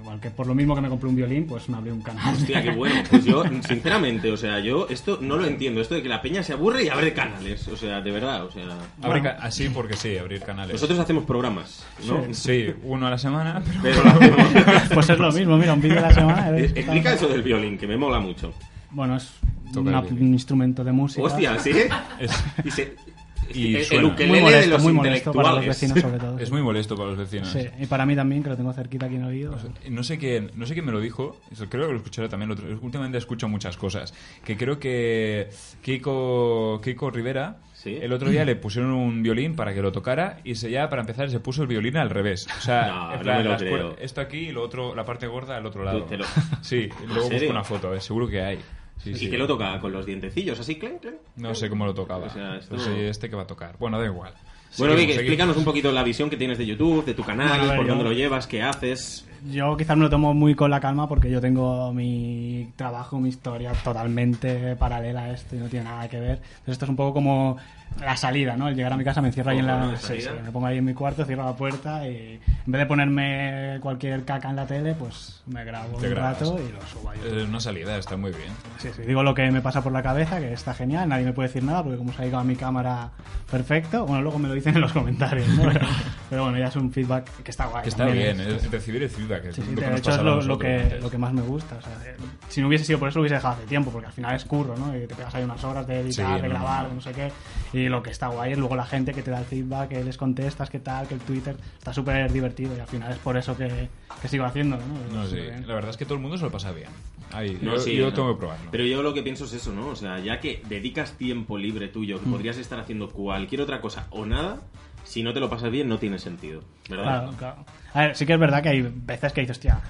Igual que por lo mismo que me compré un violín, pues me abrí un canal.
Hostia, qué bueno. Pues yo, sinceramente, o sea, yo esto no lo entiendo, esto de que la peña se aburre y abre canales, o sea, de verdad, o sea...
Abre ca- así porque sí, abrir canales.
Nosotros hacemos programas, ¿no?
Sí, uno a la semana, pero...
Pues es lo mismo, mira, un vídeo a la semana, a ver.
Eh, Explica eso del violín, que me mola mucho.
Bueno, es
Toca
una-
el violín.
un instrumento de música.
Hostia, ¿sí? Y se-
Y
el, el
suena.
ukelele
Muy molesto,
de los
muy molesto para los
intelectuales.
vecinos sobre todo.
Es muy molesto para los vecinos.
Sí, y para mí también, que lo tengo cerquita aquí en el oído.
No sé quién, no sé quién me lo dijo, eso creo que lo escucharé también, el otro- últimamente escucho muchas cosas, que creo que Kiko, Kiko Rivera el otro día le pusieron un violín para que lo tocara y se, ya para empezar se puso el violín al revés. O sea,
No,
en
no
plan,
me lo
las
creo.
cuer- esto aquí y lo otro, la parte gorda al otro lado.
Te lo-
Sí,
¿En
luego busco
serio?
una foto, eh, seguro que hay. Sí,
¿Y
sí.
que lo toca? ¿Con los dientecillos así, clen, clen?
No sé cómo lo tocaba.
O sea, esto-
No sé este que va a tocar. Bueno, da igual.
Bueno,
Seguimos,
Vic,
seguimos.
explícanos un poquito la visión que tienes de YouTube, de tu canal,
Bueno, a ver,
por
yo-
dónde lo llevas, qué haces.
Yo quizás me lo tomo muy con la calma porque yo tengo mi trabajo, mi historia totalmente paralela a esto y no tiene nada que ver. Entonces esto es un poco como la salida, ¿no? El llegar a mi casa me encierro ahí en
Ojo, ¿no?
la...
De
Sí, sí,
salida.
me pongo ahí en mi cuarto, cierro la puerta y en vez de ponerme cualquier caca en la tele, pues me grabo
Te
un
grabas.
rato y lo subo ahí.
Eh, una salida, está muy bien.
Sí, sí, digo lo que me pasa por la cabeza, que está genial, nadie me puede decir nada porque como se ha ido a mi cámara perfecto, bueno, luego me lo dicen en los comentarios, ¿no? Pero, pero bueno, ya es un feedback que está guay.
Que está
también,
bien,
¿eh?
es recibir el feedback. que
Sí,
es
sí,
lo que
de
nos
hecho
pasaba
es
a
lo, lo
nosotros
que,
antes.
lo que más me gusta. o sea, eh, si no hubiese sido por eso, lo hubiese dejado hace tiempo, porque al final es curro, ¿no? Y te pegas ahí unas horas de
Sí,
editar,
no,
de
no,
grabar,
no.
no sé qué. Y lo que está guay es luego la gente que te da el feedback, que les contestas, que tal, que el Twitter. Está súper divertido y al final es por eso que, que sigo haciendo, ¿no? ¿eh?
No,
Es
sí.
superbién.
La verdad es que todo el mundo se lo pasa bien. Ahí,
No,
yo,
sí,
yo
no.
tengo que probarlo.
Pero yo lo que pienso es eso, ¿no? O sea, ya que dedicas tiempo libre tuyo,
Mm.
que podrías estar haciendo cualquier otra cosa o nada, si no te lo pasas bien no tiene sentido, ¿verdad?
Claro, claro. A ver, sí que es verdad que hay veces que dices, hostia,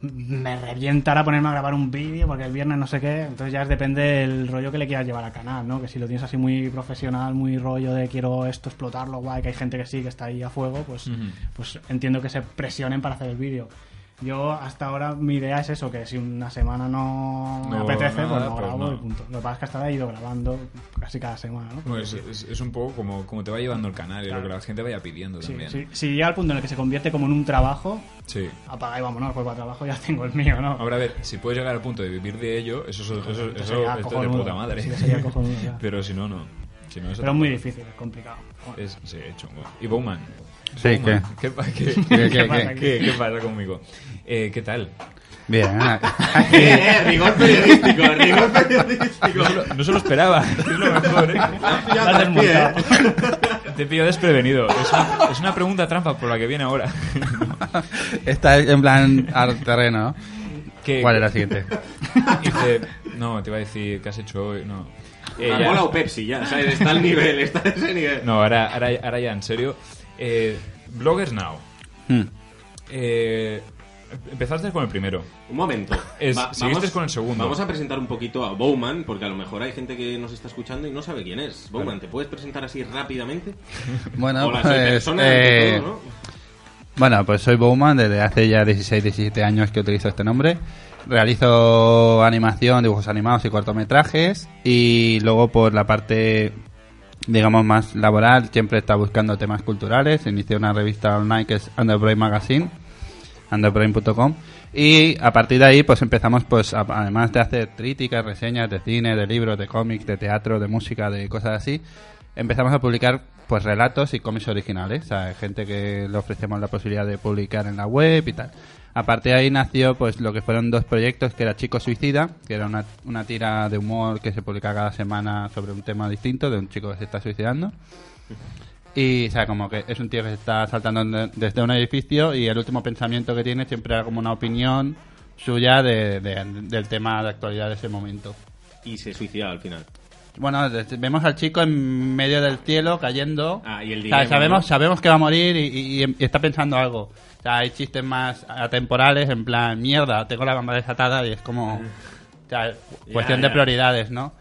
me revienta ahora ponerme a grabar un vídeo porque el viernes no sé qué. Entonces ya es- depende del rollo que le quieras llevar al canal, ¿no? Que si lo tienes así muy profesional, muy rollo de quiero esto explotarlo, guay, que hay gente que sí, que está ahí a fuego, pues,
Ujú.
pues entiendo que se presionen para hacer el vídeo. Yo hasta ahora mi idea es eso, que si una semana no, me
No,
apetece, pues
nada,
no
pues
grabo
no.
y punto. Lo que pasa es que hasta ahora he ido grabando casi cada semana, ¿no?
No, es, es- es un poco como, como te va llevando el canal y lo que la gente vaya pidiendo
Sí,
también.
sí. Si llega al punto en el que se convierte como en un trabajo,
Sí.
apaga y vámonos, pues para trabajo ya tengo el mío, ¿no? Pues
Ahora, a ver, si puedes llegar al punto de vivir de ello, eso, es- eso, eso,
Eso sería
esto es de
cojonudo.
puta madre.
Sí, sería cojonudo, ya.
Pero si no, no. Si no eso
Pero es muy difícil, es complicado.
tampoco. Es, sí, chungo. ¿Y Bowman?
Sí, ¿qué?
Bowman, ¿Qué, pa-
¿Qué, qué, qué?
pasa aquí? ¿Qué pasa conmigo? Eh, ¿Qué tal?
Bien. ah.
Eh, rigor periodístico, rigor periodístico.
No se lo, no se lo esperaba. Es lo mejor, ¿eh?
pillado
Te has
al pie, ¿eh?
desmontado. Te pillo desprevenido. Es una, es una pregunta trampa por la que viene ahora.
Está en plan al terreno.
¿Qué-
¿Cuál era la siguiente?
Dice, no, te iba a decir qué has hecho hoy. No. Eh, ya.
Coca-Cola Ah, o Pepsi, ya, ¿sabes? Está al nivel, está a ese nivel.
No, ahora, ahora, ahora ya, en serio. Eh, Bloggers Now.
Hmm.
Eh, empezaste con el primero.
Un momento.
Es-
Va-
seguiste con el segundo.
Vamos a presentar un poquito a Bowman, porque a lo mejor hay gente que nos está escuchando y no sabe quién es. Bowman,
Vale.
¿te puedes presentar así rápidamente?
Bueno,
Hola, soy
pues,
persona ante
eh,
todo, ¿no?
bueno, pues soy Bowman, desde hace ya 16, 17 años que utilizo este nombre. Realizo animación, dibujos animados y cortometrajes. Y luego por la parte, digamos, más laboral, siempre está buscando temas culturales. Inicié una revista online que es Underbrain Magazine, underbrain.com. Y a partir de ahí, pues empezamos, pues a- además de hacer críticas, reseñas de cine, de libros, de cómics, de teatro, de música, de cosas así, empezamos a publicar pues relatos y cómics originales. O sea, gente que le ofrecemos la posibilidad de publicar en la web y tal. A partir de ahí nació pues lo que fueron dos proyectos, que era Chico Suicida, que era una, una tira de humor que se publicaba cada semana sobre un tema distinto de un chico que se está suicidando. Y, o sea, como que es un tío que se está saltando de- desde un edificio y el último pensamiento que tiene siempre era como una opinión suya de- de- del tema de actualidad de ese momento.
Y se suicida al final.
Bueno, des- vemos al chico en medio del cielo cayendo.
Ah, y el
O
dilema,
sea, sabemos,
¿no?
sabemos que va a morir y, y- em, y- y está pensando algo. O sea, hay chistes más atemporales, en plan, mierda, tengo la gamba desatada y es como. o sea, cuestión de
Ya, ya.
prioridades, ¿no?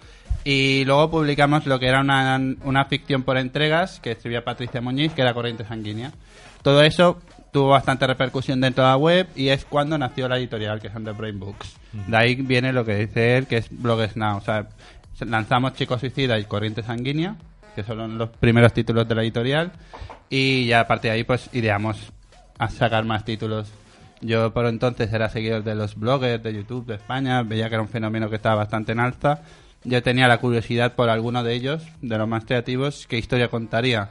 Y luego publicamos lo que era una, una ficción por entregas que escribía Patricia Muñiz, que era Corriente Sanguínea. Todo eso tuvo bastante repercusión dentro de la web y es cuando nació la editorial, que es Under Brain Books. De ahí viene lo que dice él, que es Blogs Now. O sea, lanzamos Chicos Suicida y Corriente Sanguínea, que son los primeros títulos de la editorial, y ya a partir de ahí pues ideamos a sacar más títulos. Yo por entonces era seguidor de los bloggers de YouTube de España, veía que era un fenómeno que estaba bastante en alza. Yo tenía la curiosidad por alguno de ellos, de los más creativos, qué historia contaría.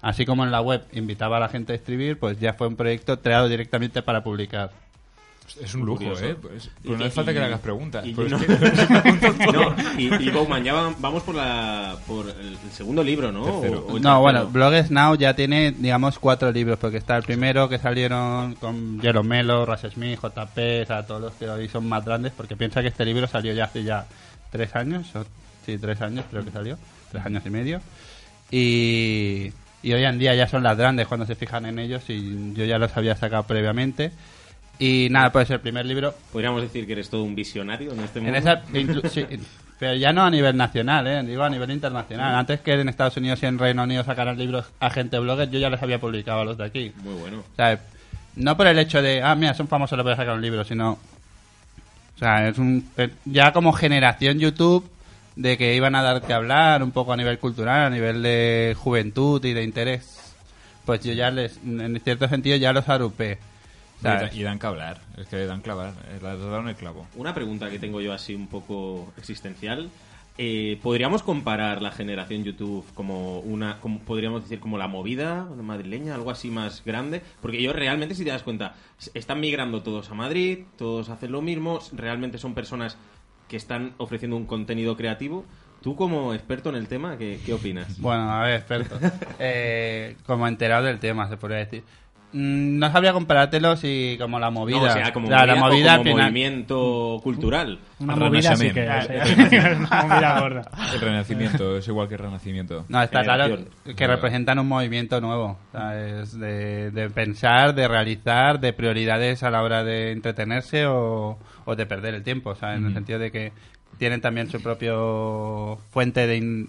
Así como en la web invitaba a la gente a escribir, pues ya fue un proyecto creado directamente para publicar.
Es un lujo,
Curioso.
¿eh? Pues-
Y
pero no hace falta que le hagas preguntas.
y-
Pero
no,
es que- se preguntan todo.
No, y, y Bowman, ya va- vamos por, la, por el segundo libro, ¿no?
Tercero.
O- o el
No, bueno,
tercero.
Blogs Now ya tiene, digamos, cuatro libros, porque está el primero que salieron con Yellow Melo, Ras Smith, JP, o sea, todos los que hoy son más grandes, porque piensa que este libro salió ya hace ya tres años, o- sí, tres años creo que salió, tres años y medio, y, y hoy en día ya son las grandes cuando se fijan en ellos, y yo ya los había sacado previamente, y nada, pues el primer libro
Podríamos decir que eres todo un visionario en este
en
mundo.
esa- inclu- sí, pero ya no a nivel nacional, ¿eh? digo a nivel internacional. Antes que en Estados Unidos y en Reino Unido sacaran libros a gente blogger, yo ya los había publicado a los de aquí.
Muy bueno.
O sea, no por el hecho de, ah, mira, son famosos, les voy a sacar un libro, sino. O sea, es un. eh, Ya como generación YouTube, de que iban a dar que hablar un poco a nivel cultural, a nivel de juventud y de interés. Pues yo ya les. En cierto sentido, ya los agrupé.
Y dan-
¿sabes?
Y dan que hablar. Es que dan clavar. eh, Le has dado en el clavo.
Una pregunta que tengo yo así un poco existencial. Eh, ¿Podríamos comparar la generación YouTube como una, como podríamos decir, como la movida madrileña, algo así más grande? Porque yo realmente, si te das cuenta, s- están migrando todos a Madrid, todos hacen lo mismo, s- realmente son personas que están ofreciendo un contenido creativo. Tú como experto en el tema, ¿qué, qué opinas?
Bueno, a ver, experto. Eh, como enterado del tema, se podría decir. Mm, No sabría comparártelo si como la movida.
No, o sea, como
O sea, la
movida o
movida al
como
final-
movimiento cultural.
Una El movida sí que renacimiento. es, eh. Una movida gorda.
El renacimiento, es igual que el renacimiento.
No,
Eh,
está claro
Generación.
que representan un movimiento nuevo. ¿sabes? De, de pensar, de realizar, de prioridades a la hora de entretenerse o, o de perder el tiempo. ¿sabes? En el
Ujú.
sentido de que tienen también su propio fuente de, in-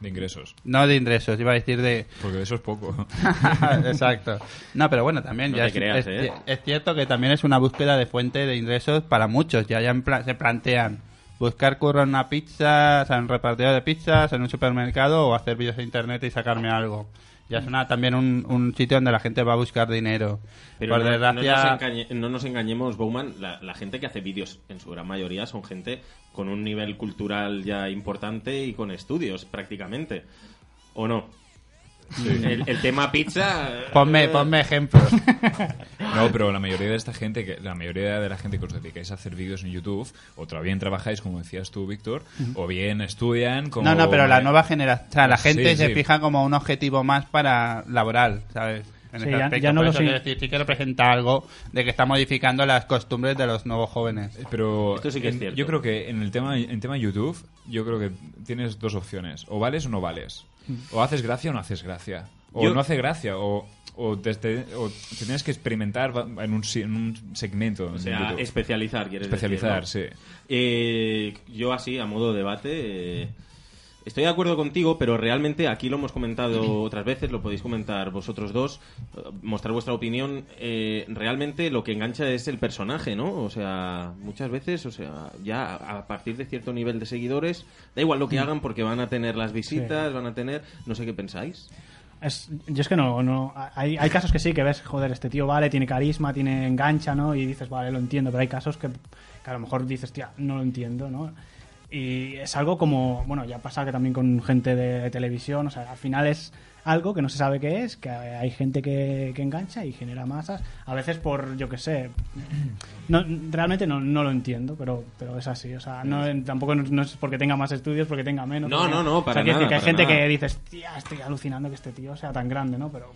De ingresos.
No de ingresos, iba a decir de...
Porque de eso es poco.
Exacto. No, pero bueno, también
No
ya
te
es, es-
creas, ¿eh?
es cierto que también es una búsqueda de fuente de ingresos para muchos. Ya, ya en pla- se plantean buscar curro en una pizza, o sea, en un repartidor de pizzas, en un supermercado o hacer vídeos en internet y sacarme algo. Ya es una- también un, un sitio donde la gente va a buscar dinero.
Pero
Por
no, no
desgracia...
nos engañe- no nos engañemos, Bowman, la, la gente que hace vídeos, en su gran mayoría, son gente con un nivel cultural ya importante y con estudios, prácticamente. ¿O no? El, el tema pizza... eh,
Ponme, ponme ejemplos.
No, pero la mayoría de esta gente, que, la mayoría de la gente que os dedicáis a hacer vídeos en YouTube, o tra- bien trabajáis, como decías tú, Víctor, o bien estudian, como...
No, no, pero la nueva generación, o sea, la gente
Sí,
se
sí.
fija como un objetivo más para laboral, ¿sabes? En
Sí,
ese
ya-
aspecto.
ya no
Por
lo
eso
sé.
quiero decir, sí que representa algo de que está modificando las costumbres de los nuevos jóvenes.
Pero
Esto sí que es
en-
cierto.
Yo creo que en el tema en tema YouTube, yo creo que tienes dos opciones. O vales o no vales. O haces gracia o no haces gracia. O
Yo-
no hace gracia. O, o, te, te- o te tienes que experimentar va- en un, si- en un segmento.
O sea, especializar, quieres
Especializar,
decir,
sí.
Eh, yo así, a modo debate, eh, estoy de acuerdo contigo, pero realmente aquí lo hemos comentado otras veces, lo podéis comentar vosotros dos, eh, mostrar vuestra opinión. eh, realmente lo que engancha es el personaje, ¿no? O sea, muchas veces, o sea, ya a a partir de cierto nivel de seguidores, da igual
Mm.
lo que hagan porque van a tener las visitas, van a tener, no sé qué pensáis.
Es- yo es que no, no hay, hay casos que sí, que ves, joder, este tío vale, tiene carisma, tiene engancha, ¿no? Y dices, vale, lo entiendo, pero hay casos que, que a lo mejor dices, tía, no lo entiendo, ¿no? Y es algo como, bueno, ya pasa que también con gente de televisión, o sea, al final es algo que no se sabe qué es, que hay gente que, que engancha y genera masas, a veces por, yo qué sé, no, realmente no, no lo entiendo, pero, pero es así, o sea, no, tampoco no, no es porque tenga más estudios, porque tenga menos.
No,
porque-
no, no, para
o sea, quiero
nada,
decir que hay
para
gente
nada.
que dices, tía, estoy alucinando que este tío sea tan grande, ¿no? Pero...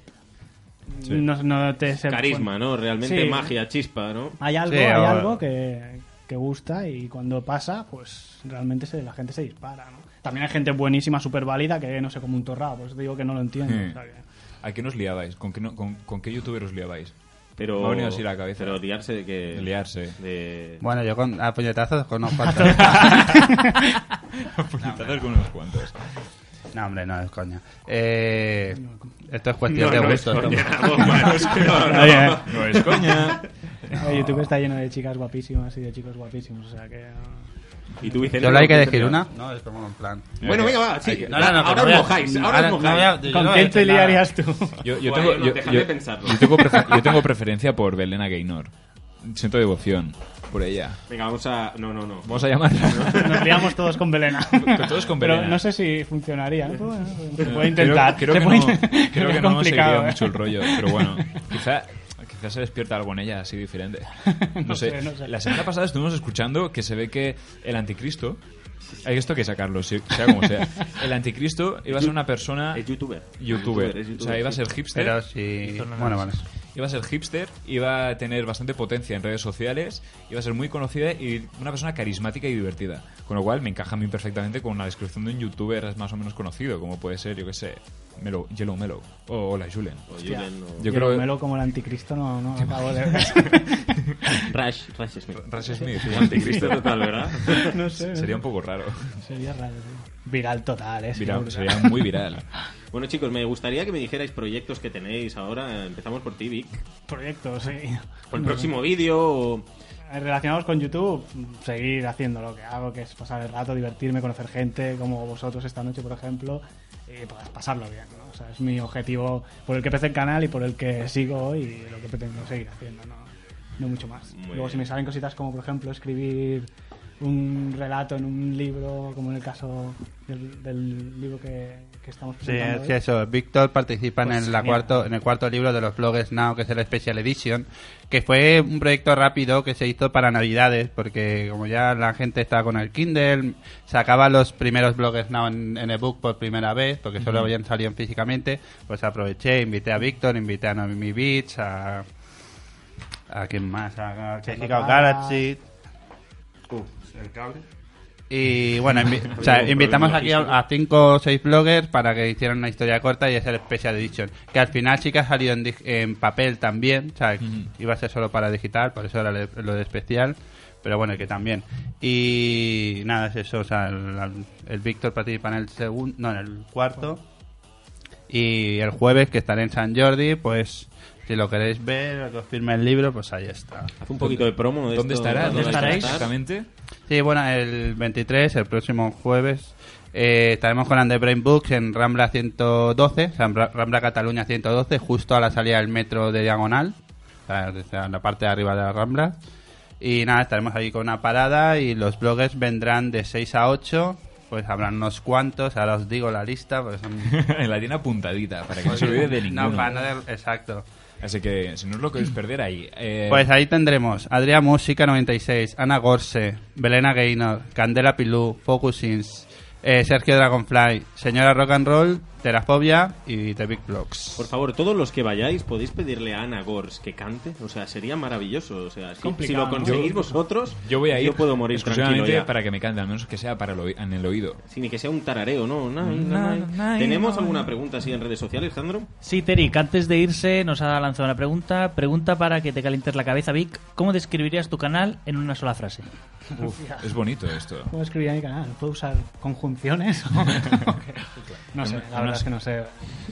Sí.
No, no te se-
Carisma, ¿no? Realmente
Sí.
magia, chispa, ¿no?
Hay algo,
Sí,
hay
o-
algo que, que gusta y cuando pasa, pues realmente se, la gente se dispara, ¿no? También hay gente buenísima, súper válida, que no sé, como un torrado, por eso te digo que no lo entiendo.
Hmm.
o sea que-
¿A qué nos liabais? ¿Con qué, no- con, con qué youtuber os liabais?
Pero,
Me ha venido así la cabeza.
Pero liarse de que...
liarse.
De...
Bueno, yo con, a puñetazos con unos cuantos.
A puñetazos
No, hombre.
Pues con unos cuantos.
No, hombre, no, es coña. Eh, esto es cuestión
No, no
de
es
gustos.
coña,
toma.
Guzmán, no es coña. No,
Oye, eh.
¿eh?
no es coña.
No, YouTube está lleno de chicas guapísimas y de chicos guapísimos, o sea que...
¿Y tú, Vicente?
¿Solo hay que
¿Cómo te
decir
liabas?
una? No, es como en plan.
Bueno, venga, va, sí. ahora os mojáis, ahora os mojáis.
Yo, yo
Bueno,
tengo,
no,
yo,
dejadme
yo-
pensarlo.
yo tengo prefe- yo tengo preferencia por Belena Gaynor. Siento devoción por ella.
Venga, vamos a... No, no, no.
Vamos a llamarla.
Nos liamos todos con Belena.
Todos con
Pero
Belena.
no sé si funcionaría, ¿no? Pero bueno, se
Eh,
puede intentar.
Creo,
se
creo
puede
que no,
intent-
creo
es
que no
complicado,
seguiría
¿eh?
mucho el rollo, pero bueno, quizá, quizá se despierta algo en ella así diferente. No,
No
sé.
sé, no sé.
La semana pasada estuvimos escuchando que se ve que el anticristo... Hay esto que sacarlo, si- sea como sea. El anticristo iba a ser una persona...
Es youtuber.
Youtuber.
Es youtuber,
o sea, iba a
sí.
ser hipster.
Pero si- bueno, vale.
Iba a ser hipster, iba a tener bastante potencia en redes sociales, iba a ser muy conocida y una persona carismática y divertida. Con lo cual me encaja a mí perfectamente con la descripción de un youtuber más o menos conocido, como puede ser, yo que sé, Melo, Yellow Melo o, o la Julen.
Pues
Hostia,
Yo
yo
creo
Melo como el anticristo no, no acabo de ver.
Rush, Rush Smith.
Rush Smith.
Sí. Anticristo total, ¿verdad?
No sé.
Sería un poco raro.
Sería raro. sí. Viral total, ¿eh?
Viral,
seguro.
sería muy viral.
Bueno, chicos, me gustaría que me dijerais proyectos que tenéis ahora. Empezamos por ti, Vic.
Proyectos, sí.
O el
No sé.
próximo vídeo o...
relacionados con YouTube, seguir haciendo lo que hago, que es pasar el rato, divertirme, conocer gente, como vosotros esta noche, por ejemplo, y pues, pasarlo bien. ¿no? O sea, es mi objetivo por el que empecé el canal y por el que sigo hoy y lo que pretendo seguir haciendo, no, no mucho más.
Muy
Luego,
bien.
si me salen cositas como, por ejemplo, escribir un relato en un libro, como en el caso del, del libro que, que estamos
Sí,
presentando.
es
hoy.
que eso. Víctor participa
Pues
en, la
genial.
cuarto, en el cuarto libro de los blogs Now, que es el Special Edition, que fue un proyecto rápido que se hizo para Navidades, porque como ya la gente estaba con el Kindle, sacaba los primeros blogs Now en, en ebook por primera vez, porque solo
Ujú.
habían salido físicamente, pues aproveché, invité a Víctor, invité a Naomi Beach, a... ¿A quién más? A, a Jessica Galaxy.
¿El cable?
Y bueno, invi- o sea, invitamos aquí a, a cinco o seis bloggers para que hicieran una historia corta y hacer Special Edition. Que al final sí que ha salido en, dig- en papel también, o sea, iba a ser solo para digital, por eso era le- lo de especial, pero bueno, que también. Y nada, es eso, o sea, el, el Víctor participa en el segundo, no, en el cuarto. Y el jueves que estaré en San Jordi, pues si lo queréis ver, o que os firme el libro, pues ahí está.
Haz un poquito de promo de
¿Dónde
esto,
estará?
¿dónde
¿Dónde
vais a
estaréis
estar?
exactamente?
Sí, bueno, el 23, el próximo jueves, eh, estaremos con And the Brain Books en Rambla 112, o sea, en Ra- Rambla Cataluña 112, justo a la salida del metro de Diagonal, o sea, desde la parte de arriba de la Rambla. Y nada, estaremos ahí con una parada y los bloggers vendrán de 6 a 8, pues habrán unos cuantos, ahora os digo la lista, porque son...
la tiene apuntadita, para que no se olvide de ninguno.
No, para no de- Exacto.
Así que, si no os lo queréis perder ahí. eh,
Pues ahí tendremos Adrián Música 96, Ana Gorse, Belena Gaynor, Candela Pilú, Focusins, eh, Sergio Dragonfly, Señora Rock and Roll, Terafobia y The Big Blocks.
Por favor, todos los que vayáis, ¿podéis pedirle a Ana Gors que cante? O sea, sería maravilloso. O sea, si- si,
complicado,
lo
¿no?
conseguís
Yo-
vosotros,
Yo voy a ir
yo puedo morir tranquilo
exclusivamente
ya.
para que me cante, al menos que sea para el oí- en el oído.
Sí, ni que sea un tarareo, ¿no? Na- na-
Na-
na-
na-
¿Tenemos
na-
alguna pregunta así en redes sociales, Sandro?
Sí, Terik, antes de irse nos ha lanzado una pregunta. Pregunta para que te calientes la cabeza, Vic. ¿Cómo describirías tu canal en una sola frase?
Uf, es bonito esto.
¿Cómo escribiría mi canal? ¿Puedo usar conjunciones? no sé, la verdad es que no sé.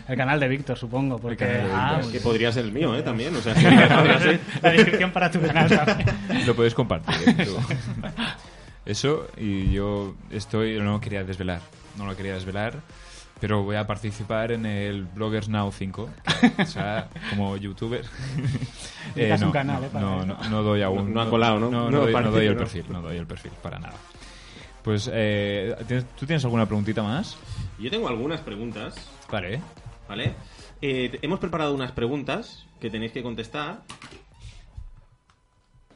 El canal de Víctor, supongo, porque... Ah,
canal de Víctor.
muy
Que
bien.
podría ser el mío, ¿eh? También, o sea, que podría ser.
La descripción para tu canal, ¿sabes?
Lo podéis compartir. ¿eh? Tú. Eso, y yo estoy. No lo quería desvelar. No lo quería desvelar. Pero voy a participar en el Bloggers Now 5. que, o sea, como youtuber.
Necesitas
no,
un canal,
no,
¿eh? para
no,
esto.
no, no doy aún.
No- no ha colado, ¿no?
No,
No,
doy,
parece
doy
que
el
no.
perfil. No doy el perfil, para nada. Pues, eh, ¿tienes- ¿tú tienes alguna preguntita más?
Yo tengo algunas preguntas.
Vale.
¿vale? Eh, te- hemos preparado unas preguntas que tenéis que contestar.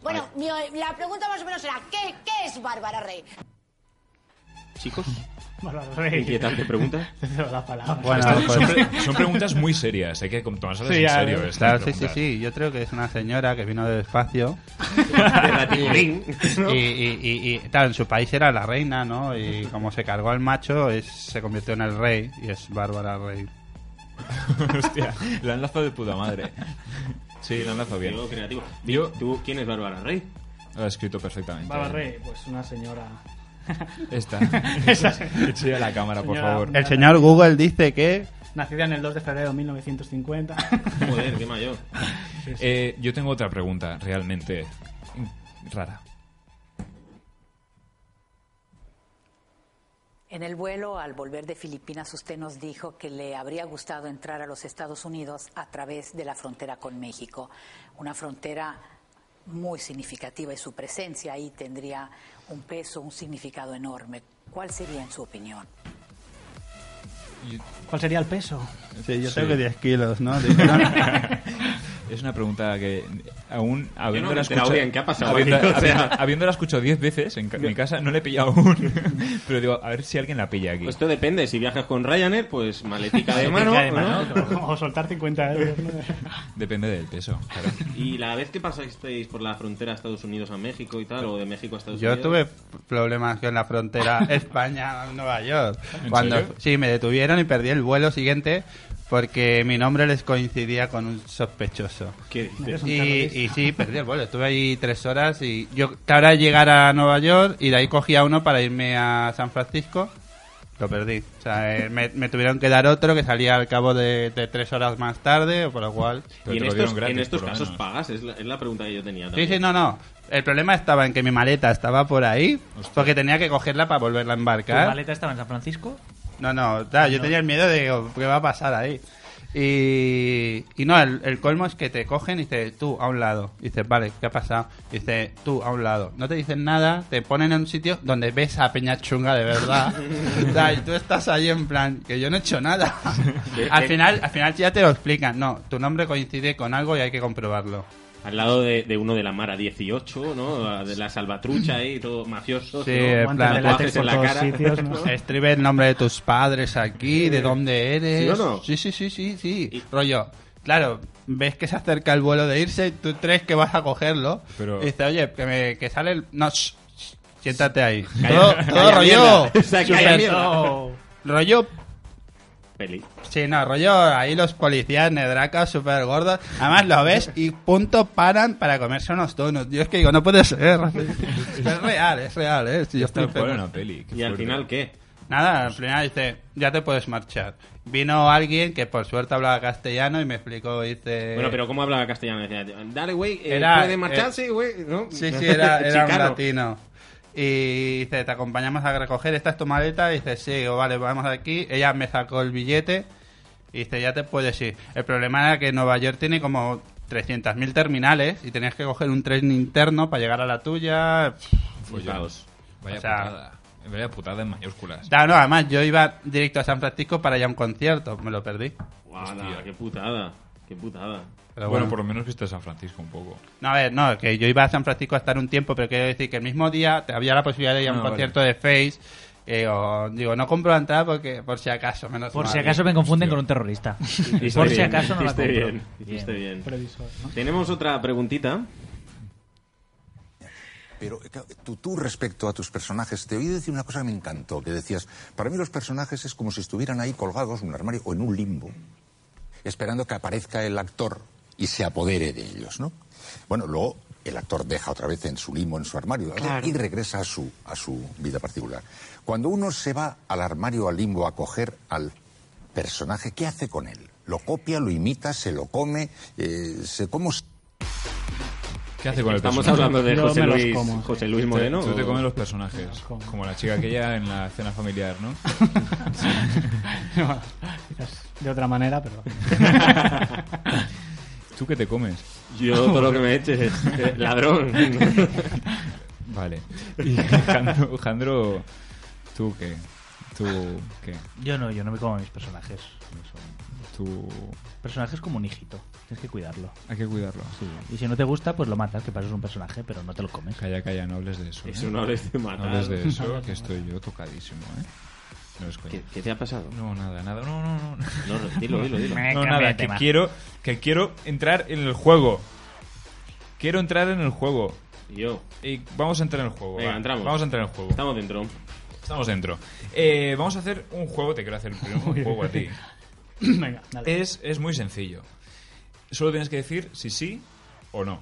Bueno, mi- la pregunta más o menos era, ¿qué, qué es Bárbara Rey?
Chicos,
Bárbara Rey.
inquietante pregunta.
Las palabras.
Estas
pues-
son, pre- son preguntas muy serias, hay que com- tomárselas en serio. estas
Claro, sí, sí,
preguntas.
sí. Yo creo que es una señora que vino del espacio.
Ratiturín, ¿no?
y, y- y- y, claro, en su país era la reina, ¿no? Y como se cargó al macho, es- se convirtió en el rey y es Bárbara Rey.
Hostia, la han lanzado de puta madre. Sí, la han lanzado bien.
Digo, creativo.
Yo,
¿Tú quién es Bárbara Rey?
Lo ha escrito perfectamente.
Bárbara Rey, pues una señora.
Esta.
Esa-
Eche a la cámara, por
Señora-
favor.
El señor Google dice que
Nacida en el 2 de febrero de 1950.
Joder, qué mayor.
Eh, yo tengo otra pregunta, realmente rara.
En el vuelo, al volver de Filipinas, usted nos dijo que le habría gustado entrar a los Estados Unidos a través de la frontera con México, una frontera muy significativa y su presencia ahí tendría un peso, un significado enorme. ¿Cuál sería, en su opinión?
¿Cuál sería el peso?
Sí, yo
Sí.
tengo 10 kilos, ¿no?
Es una pregunta que aún
Yo no me
habiéndola
he enterado
escuchado,
bien, ¿qué ha pasado
habiendo-
aquí? O sea-
habiendo- habiéndola escuchado 10 veces en ca- mi casa, no le he pillado aún. Pero digo, a ver si alguien la pilla aquí.
Pues esto depende, si viajas con Ryanair, pues maletica de mano.
Maletica de
¿no?
mano, O soltar 50 euros. ¿no?
Depende del peso. claro.
Y la vez que pasasteis por la frontera a Estados Unidos a México y tal, o de México a Estados
Yo
Unidos.
tuve problemas con la frontera España-Nueva York.
¿En
Cuando,
serio?
sí, me detuvieron y perdí el vuelo siguiente porque mi nombre les coincidía con un sospechoso.
¿Qué dices? Eres un
Y,
terrorista.
y sí, perdí el vuelo. Estuve ahí tres horas y yo ahora llegar a Nueva York y de ahí cogía uno para irme a San Francisco. Lo perdí. O sea, eh, me, me tuvieron que dar otro que salía al cabo de, de tres horas más tarde, o por lo cual.
Y en estos, en estos casos pagas, es la, es la pregunta que yo tenía.
Ah,
Sí,
También.
pues.
sí, no, no. El problema estaba en que mi maleta estaba por ahí, porque tenía que cogerla para volverla a
¿Tu
embarcar.
maleta estaba en San Francisco?
No, no, claro, yo
No.
tenía el miedo de digo, qué va a pasar ahí. Y, y no, el, el colmo es que te cogen y dices, tú, a un lado. Y dices, vale, ¿qué ha pasado? Y dices, tú, a un lado. No te dicen nada, te ponen en un sitio donde ves a Peña Chunga de verdad. O sea, y tú estás ahí en plan, que yo no he hecho nada. al, final, al final ya te lo explican. No, tu nombre coincide con algo y hay que comprobarlo.
Al lado de, de uno de la Mara 18, ¿no? De la salvatrucha ahí, todo mafioso.
Sí,
¿no?
en plan,
tatuajes en la cara.
Escribe el nombre de tus padres aquí, de dónde eres.
¿Sí o no?
Sí, sí, sí, sí, sí. Rollo. Claro, ves que se acerca el vuelo de irse, tú crees que vas a cogerlo.
Pero-
Y dices, oye, que, me, que sale el. No, shh, shh, siéntate ahí.
Calla-
Todo, todo
calla
rollo.
mierda. O sea, calla
Super-
mierda.
Rollo.
Peli.
Sí, no, rollo. Ahí los policías nedracas súper gordos. Además lo ves y punto paran para comerse unos donuts. Yo es que digo, no puede ser. Es real, es real, ¿eh? Yo
Esto
estoy
fue
enfermo.
una peli. qué
Y al
fuerte.
final, ¿qué?
Nada, al final dice, ya te puedes marchar. Vino alguien que por suerte hablaba castellano y me explicó, dice...
Bueno, pero ¿cómo hablaba castellano? Decía, dale, güey, eh,
Era-
puede marcharse, güey, ¿no?
Sí, sí, era, era un
Chicano.
latino. Y dice, te acompañamos a recoger, esta es tu maleta. Y dice, sí, digo, vale, vamos aquí. Ella me sacó el billete y dice, ya te puedes ir. El problema era que Nueva York tiene como 300.000 terminales y tenías que coger un tren interno para llegar a la tuya.
Follón. Vaya
O sea-
putada. Vaya putada en mayúsculas.
Claro, Ah, no, además yo iba directo a San Francisco para ir a un concierto, me lo perdí.
Guala, qué putada, qué putada.
Pero
bueno,
bueno.
por lo menos viste a San Francisco un poco.
No, a ver, no, que yo iba a San Francisco a estar un tiempo, pero quiero decir que el mismo día te- había la posibilidad de ir a un
Ah, vale.
concierto de Face. eh, digo, digo, no compro la entrada porque, por si acaso, menos
Por
mal.
si acaso me confunden con un terrorista.
Hiciste
Por si
bien,
acaso no la
hiciste
compro.
bien, hiciste bien.
Previsor, ¿no?
Tenemos otra preguntita.
Pero eh, claro, tú, tú respecto a tus personajes, te oí decir una cosa que me encantó, que decías, para mí los personajes es como si estuvieran ahí colgados en un armario o en un limbo, esperando que aparezca el actor y se apodere de ellos, ¿no? Bueno, luego el actor deja otra vez en su limbo, en su armario,
Claro.
y regresa a su, a su vida particular. Cuando uno se va al armario, al limbo, a coger al personaje, ¿qué hace con él? ¿Lo copia, lo imita, se lo come? Eh, se, ¿Cómo se-
¿Qué hace con el
Estamos
personaje?
hablando de No José me los Luis- como. José Luis
Te-
Moreno,
Tú te
o-
comes los personajes. Como la chica aquella en la cena familiar, ¿no?
Quizás de otra manera, pero.
¿Tú qué te comes?
Yo todo lo que me eches, eh, ladrón.
Vale. Y Jandro, Jandro, ¿tú qué? Tú, ¿qué?
Yo no, yo no me como a mis personajes.
Tú...
Personaje es como un hijito, tienes que cuidarlo.
Hay que cuidarlo, sí.
Y si no te gusta, pues lo matas, que pasas un personaje, pero no te lo comes.
Calla, calla, no hables de eso. ¿eh?
Eso no hables de matar.
No hables de
No
eso,
hables
que estoy yo tocadísimo, ¿eh? No es coña.
¿Qué, qué te ha pasado?
No, nada, nada. No, no, no.
No, dilo, dilo, dilo.
No, nada, que quiero, que quiero entrar en el juego. Quiero entrar en el juego.
Yo.
Y vamos a entrar en el juego.
Venga,
va.
entramos.
Vamos a entrar en el juego.
Estamos dentro.
Estamos dentro. Eh, vamos a hacer un juego, te quiero hacer primero un juego a ti.
Venga, dale.
Es, es muy sencillo. Solo tienes que decir si sí o no.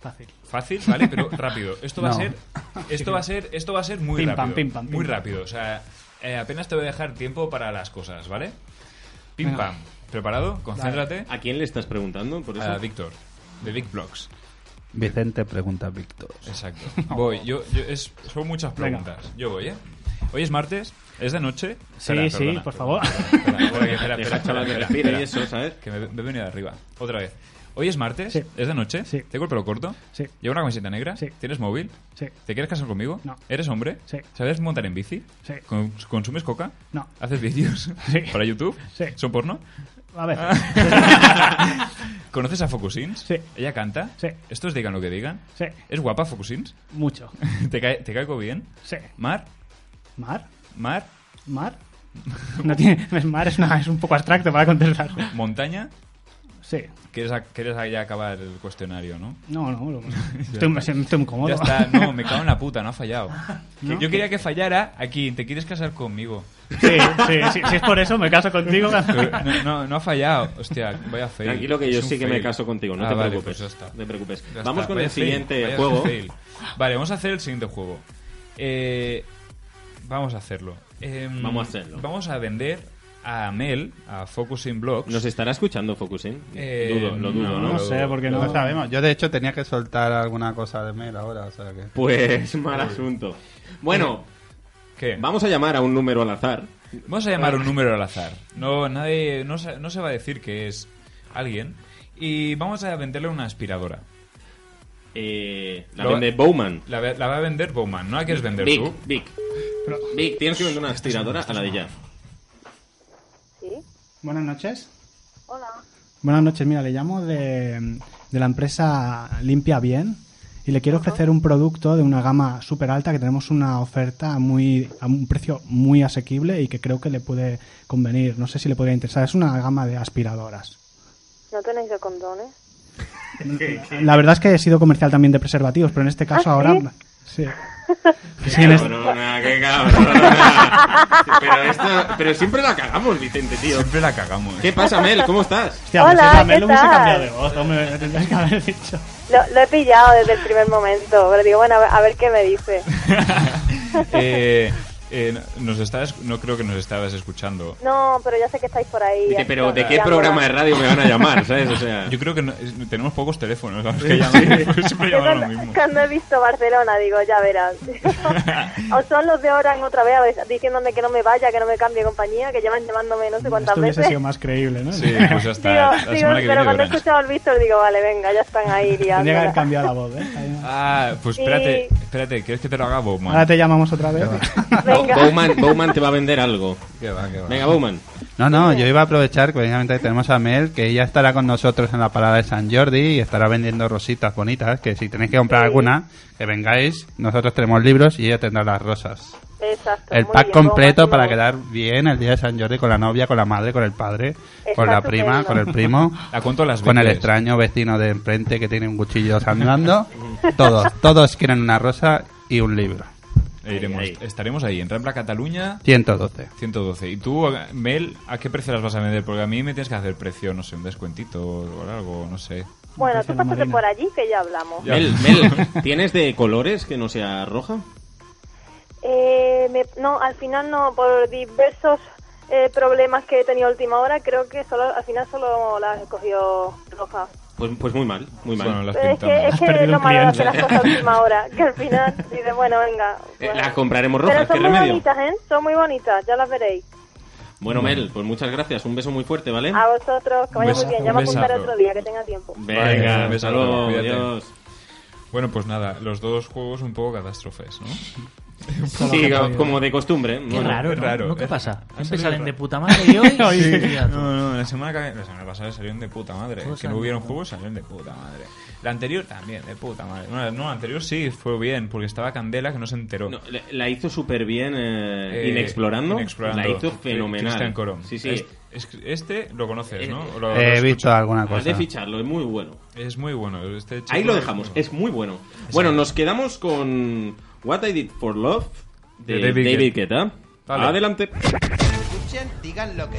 Fácil.
Fácil, vale, pero rápido. Esto va
No.
a ser esto va a ser esto va a ser muy
Pim, pam,
rápido.
pim, pam, pim,
muy
pam.
rápido, o sea, eh, apenas te voy a dejar tiempo para las cosas, ¿vale? Pim
Venga.
pam. ¿Preparado? Concéntrate.
¿A quién le estás preguntando? Por eso?
A Víctor de Big Blocks.
Vicente pregunta a Víctor.
Exacto. Voy, yo, yo- es, son muchas
Venga.
preguntas. Yo voy, ¿eh? Hoy es martes, es de noche.
Sí, sí, por favor.
Espera, espera, que- espera,
Deja
espera,
al chaval que
espera,
respire
espera.
y eso, ¿sabes?
Que me, me he venido de arriba. Otra vez. Hoy es martes, es de noche. Tengo el pelo corto.
Sí.
Llevo una camiseta negra. ¿Tienes móvil?
Sí.
¿Te quieres casar conmigo?
No.
¿Eres hombre?
Sí.
¿Sabes montar en bici?
Sí.
Con- ¿Consumes coca?
No.
¿Haces vídeos?
Sí.
¿Para YouTube?
Sí.
¿Son porno?
A ver.
Ah. ¿Conoces a Focusins?
Sí.
¿Ella canta?
Sí.
¿Estos digan lo que digan?
Sí.
¿Es guapa Focusins?
Mucho.
¿Te, cae, ¿Te caigo bien?
Sí.
¿Mar?
¿Mar?
¿Mar?
¿Mar? No tiene, es mar es, una- es un poco abstracto para contestar.
¿Montaña?
Sí.
¿Quieres, a- quieres ya acabar el cuestionario, no?
No, no, lo-
Ya
estoy,
está.
estoy incómodo.
Ya está, no, me cago en la puta, no ha fallado. Que
¿No?
Yo quería que fallara aquí, ¿te quieres casar conmigo?
Sí, sí, sí, si es por eso, me caso contigo.
Pero No, no, no ha fallado, hostia, vaya fail.
Tranquilo que yo
Es un
sí que me
fail.
caso contigo, no
Ah,
te
vale,
preocupes.
pues ya está.
No te preocupes.
Ya
Vamos
está,
con
vaya
el
fail,
siguiente
vaya
juego.
fail. Vale, vamos a hacer el siguiente juego. Eh, vamos a hacerlo. Em,
Vamos a hacerlo.
Vamos a vender a Mel, a Focusing Blogs.
¿Nos estará escuchando Focusin?
Eh,
dudo, lo dudo, ¿no?
no sé, porque
No
no-
lo sabemos. Yo, de hecho, tenía que soltar alguna cosa de mail ahora, o sea que...
Pues mal asunto. Bueno,
¿Qué?
vamos a llamar a un número al azar.
Vamos a llamar un número al azar. No, nadie, no, se- no se va a decir que es alguien. Y vamos a venderle una aspiradora.
Eh, la
Lo-
vende Bowman.
La, ve- la va a vender Bowman, no la quieres vender
Vic,
tú.
Vic. Vic, tienes que vender una aspiradora a la de ya.
Buenas noches.
Hola.
Buenas noches, mira, le llamo de, de la empresa Limpia Bien y le quiero ofrecer un producto de una gama súper alta que tenemos una oferta muy, a un precio muy asequible y que creo que le puede convenir. No sé si le podría interesar. Es una gama de aspiradoras.
¿No tenéis de condones?
La verdad es que he sido comercial también de preservativos, pero en este caso
¿Ah,
ahora... Sí. Sí, en este-
Cabrona, qué cabrona. pero, esta- pero siempre la cagamos, Vicente, tío.
Siempre la cagamos. eh.
¿Qué pasa, Mel? ¿Cómo estás?
Hostia, pues
Hola,
esa Mel
¿qué
hubiese
tal?
cambiado de voz, hombre, me tendrías que haber dicho.
Lo, lo he pillado desde el primer momento, pero digo, bueno, a ver, a ver qué me dice.
Eh, eh, nos estabas, no creo que nos estabas escuchando.
No, pero ya sé que estáis por ahí. ya
pero
está,
¿de qué
ya
programa
mola.
de radio me van a llamar? ¿Sabes? O sea,
Yo creo que no- es- tenemos pocos teléfonos. ¿sabes? Que llaman, pues siempre
Yo
llaman lo
cuando,
mismo.
cuando he visto Barcelona, digo, ya verás. o son los de Oran otra vez a ver, diciéndome que no me vaya, que no me cambie de compañía, que llevan llamándome no sé cuántas
Esto hubiese
veces.
sido más Ah, creíble, ¿no?
Sí, pues ya está.
Digo,
La
digo,
semana que
pero
viene
cuando he
verás.
escuchado al Víctor, digo, vale, venga, ya están ahí
Tendría que haber
liando.
cambiado la voz, ¿eh?
Ah, pues espérate, espérate, ¿quieres que te lo haga Bowman?
Ahora te llamamos otra vez.
Venga.
Bowman, Bowman te va a vender algo. Venga, Bowman.
No, no, yo iba a aprovechar que precisamente tenemos a Mel, que ella estará con nosotros en la parada de San Jordi y estará vendiendo rositas bonitas, que si tenéis que comprar alguna, que vengáis, nosotros tenemos libros y ella tendrá las rosas.
Exacto,
El
muy
pack
bien, Bowman,
completo
muy
para
bien.
quedar bien el día de San Jordi con la novia, con la madre, con el padre,
Está
con la
estupendo.
prima, con el primo,
¿A cuánto las
con el
vendes?
extraño vecino de enfrente que tiene un cuchillo sangrando. todos, todos quieren una rosa y un libro.
E iremos- Estaremos ahí, en Rambla Cataluña.
112.
112. ¿Y tú, eh, Mel, a qué precio las vas a vender? Porque a mí me tienes que hacer precio, no sé, un descuentito o algo, no sé.
Bueno, tú pásate por allí que ya hablamos.
Mel, Mel, ¿tienes de colores que no sea roja?
Eh, me- no, al final no, por diversos eh, problemas que he tenido a última hora, creo que solo al final solo las he cogido rojas.
Pues, pues muy mal, muy mal.
Bueno, las
Pero es que, es que lo malo de hacer las cosas a última hora, que al final dice, bueno, venga.
Eh, las compraremos
Pero
rojas, ¿qué
son muy
remedio?
bonitas, ¿eh? Son muy bonitas, ya las veréis.
Bueno, Mel, pues muchas gracias. Un beso muy fuerte, ¿vale?
A vosotros, que
¿Eh? Un
vaya
besazo,
muy bien, ya
un
me
besazo.
apuntaré otro día, que tenga tiempo.
Venga,
Vale,
hasta
un besazo,
luego,
cuídate.
adiós.
Bueno, pues nada, los dos juegos un poco catástrofes, ¿no?
Todo lo
Sí,
que ha
como,
podido.
de costumbre. ¿eh?
Qué
Bueno,
raro,
es
¿no?
raro.
¿No? ¿Qué
Es-
pasa?
ha
Siempre
salido
salen de
raro.
puta madre y hoy...
Sí.
mira tú.
No, no, la semana, que- la semana pasada salieron de puta madre.
Todos
que no
salieron
hubieron juegos, salieron de puta madre. La anterior también, de puta madre. Bueno, no, la anterior sí fue bien, porque estaba Candela que no se enteró.
No, le- la hizo súper bien eh,
Eh,
Inexplorando.
Inexplorando.
La hizo
Sí,
fenomenal.
Cristian Corom.
Sí, sí.
Es- es- Este, lo conoces, ¿no? O lo-
He
lo has
visto
escuchado.
alguna
Has
cosa.
de ficharlo, es muy bueno.
Es muy bueno. este chico
Ahí lo
es
dejamos,
muy
es muy bueno. Bueno, nos quedamos con What I Did for Love de,
De David
David,
Guetta.
Guetta.
Vale.
Adelante.
Escuchen, digan lo que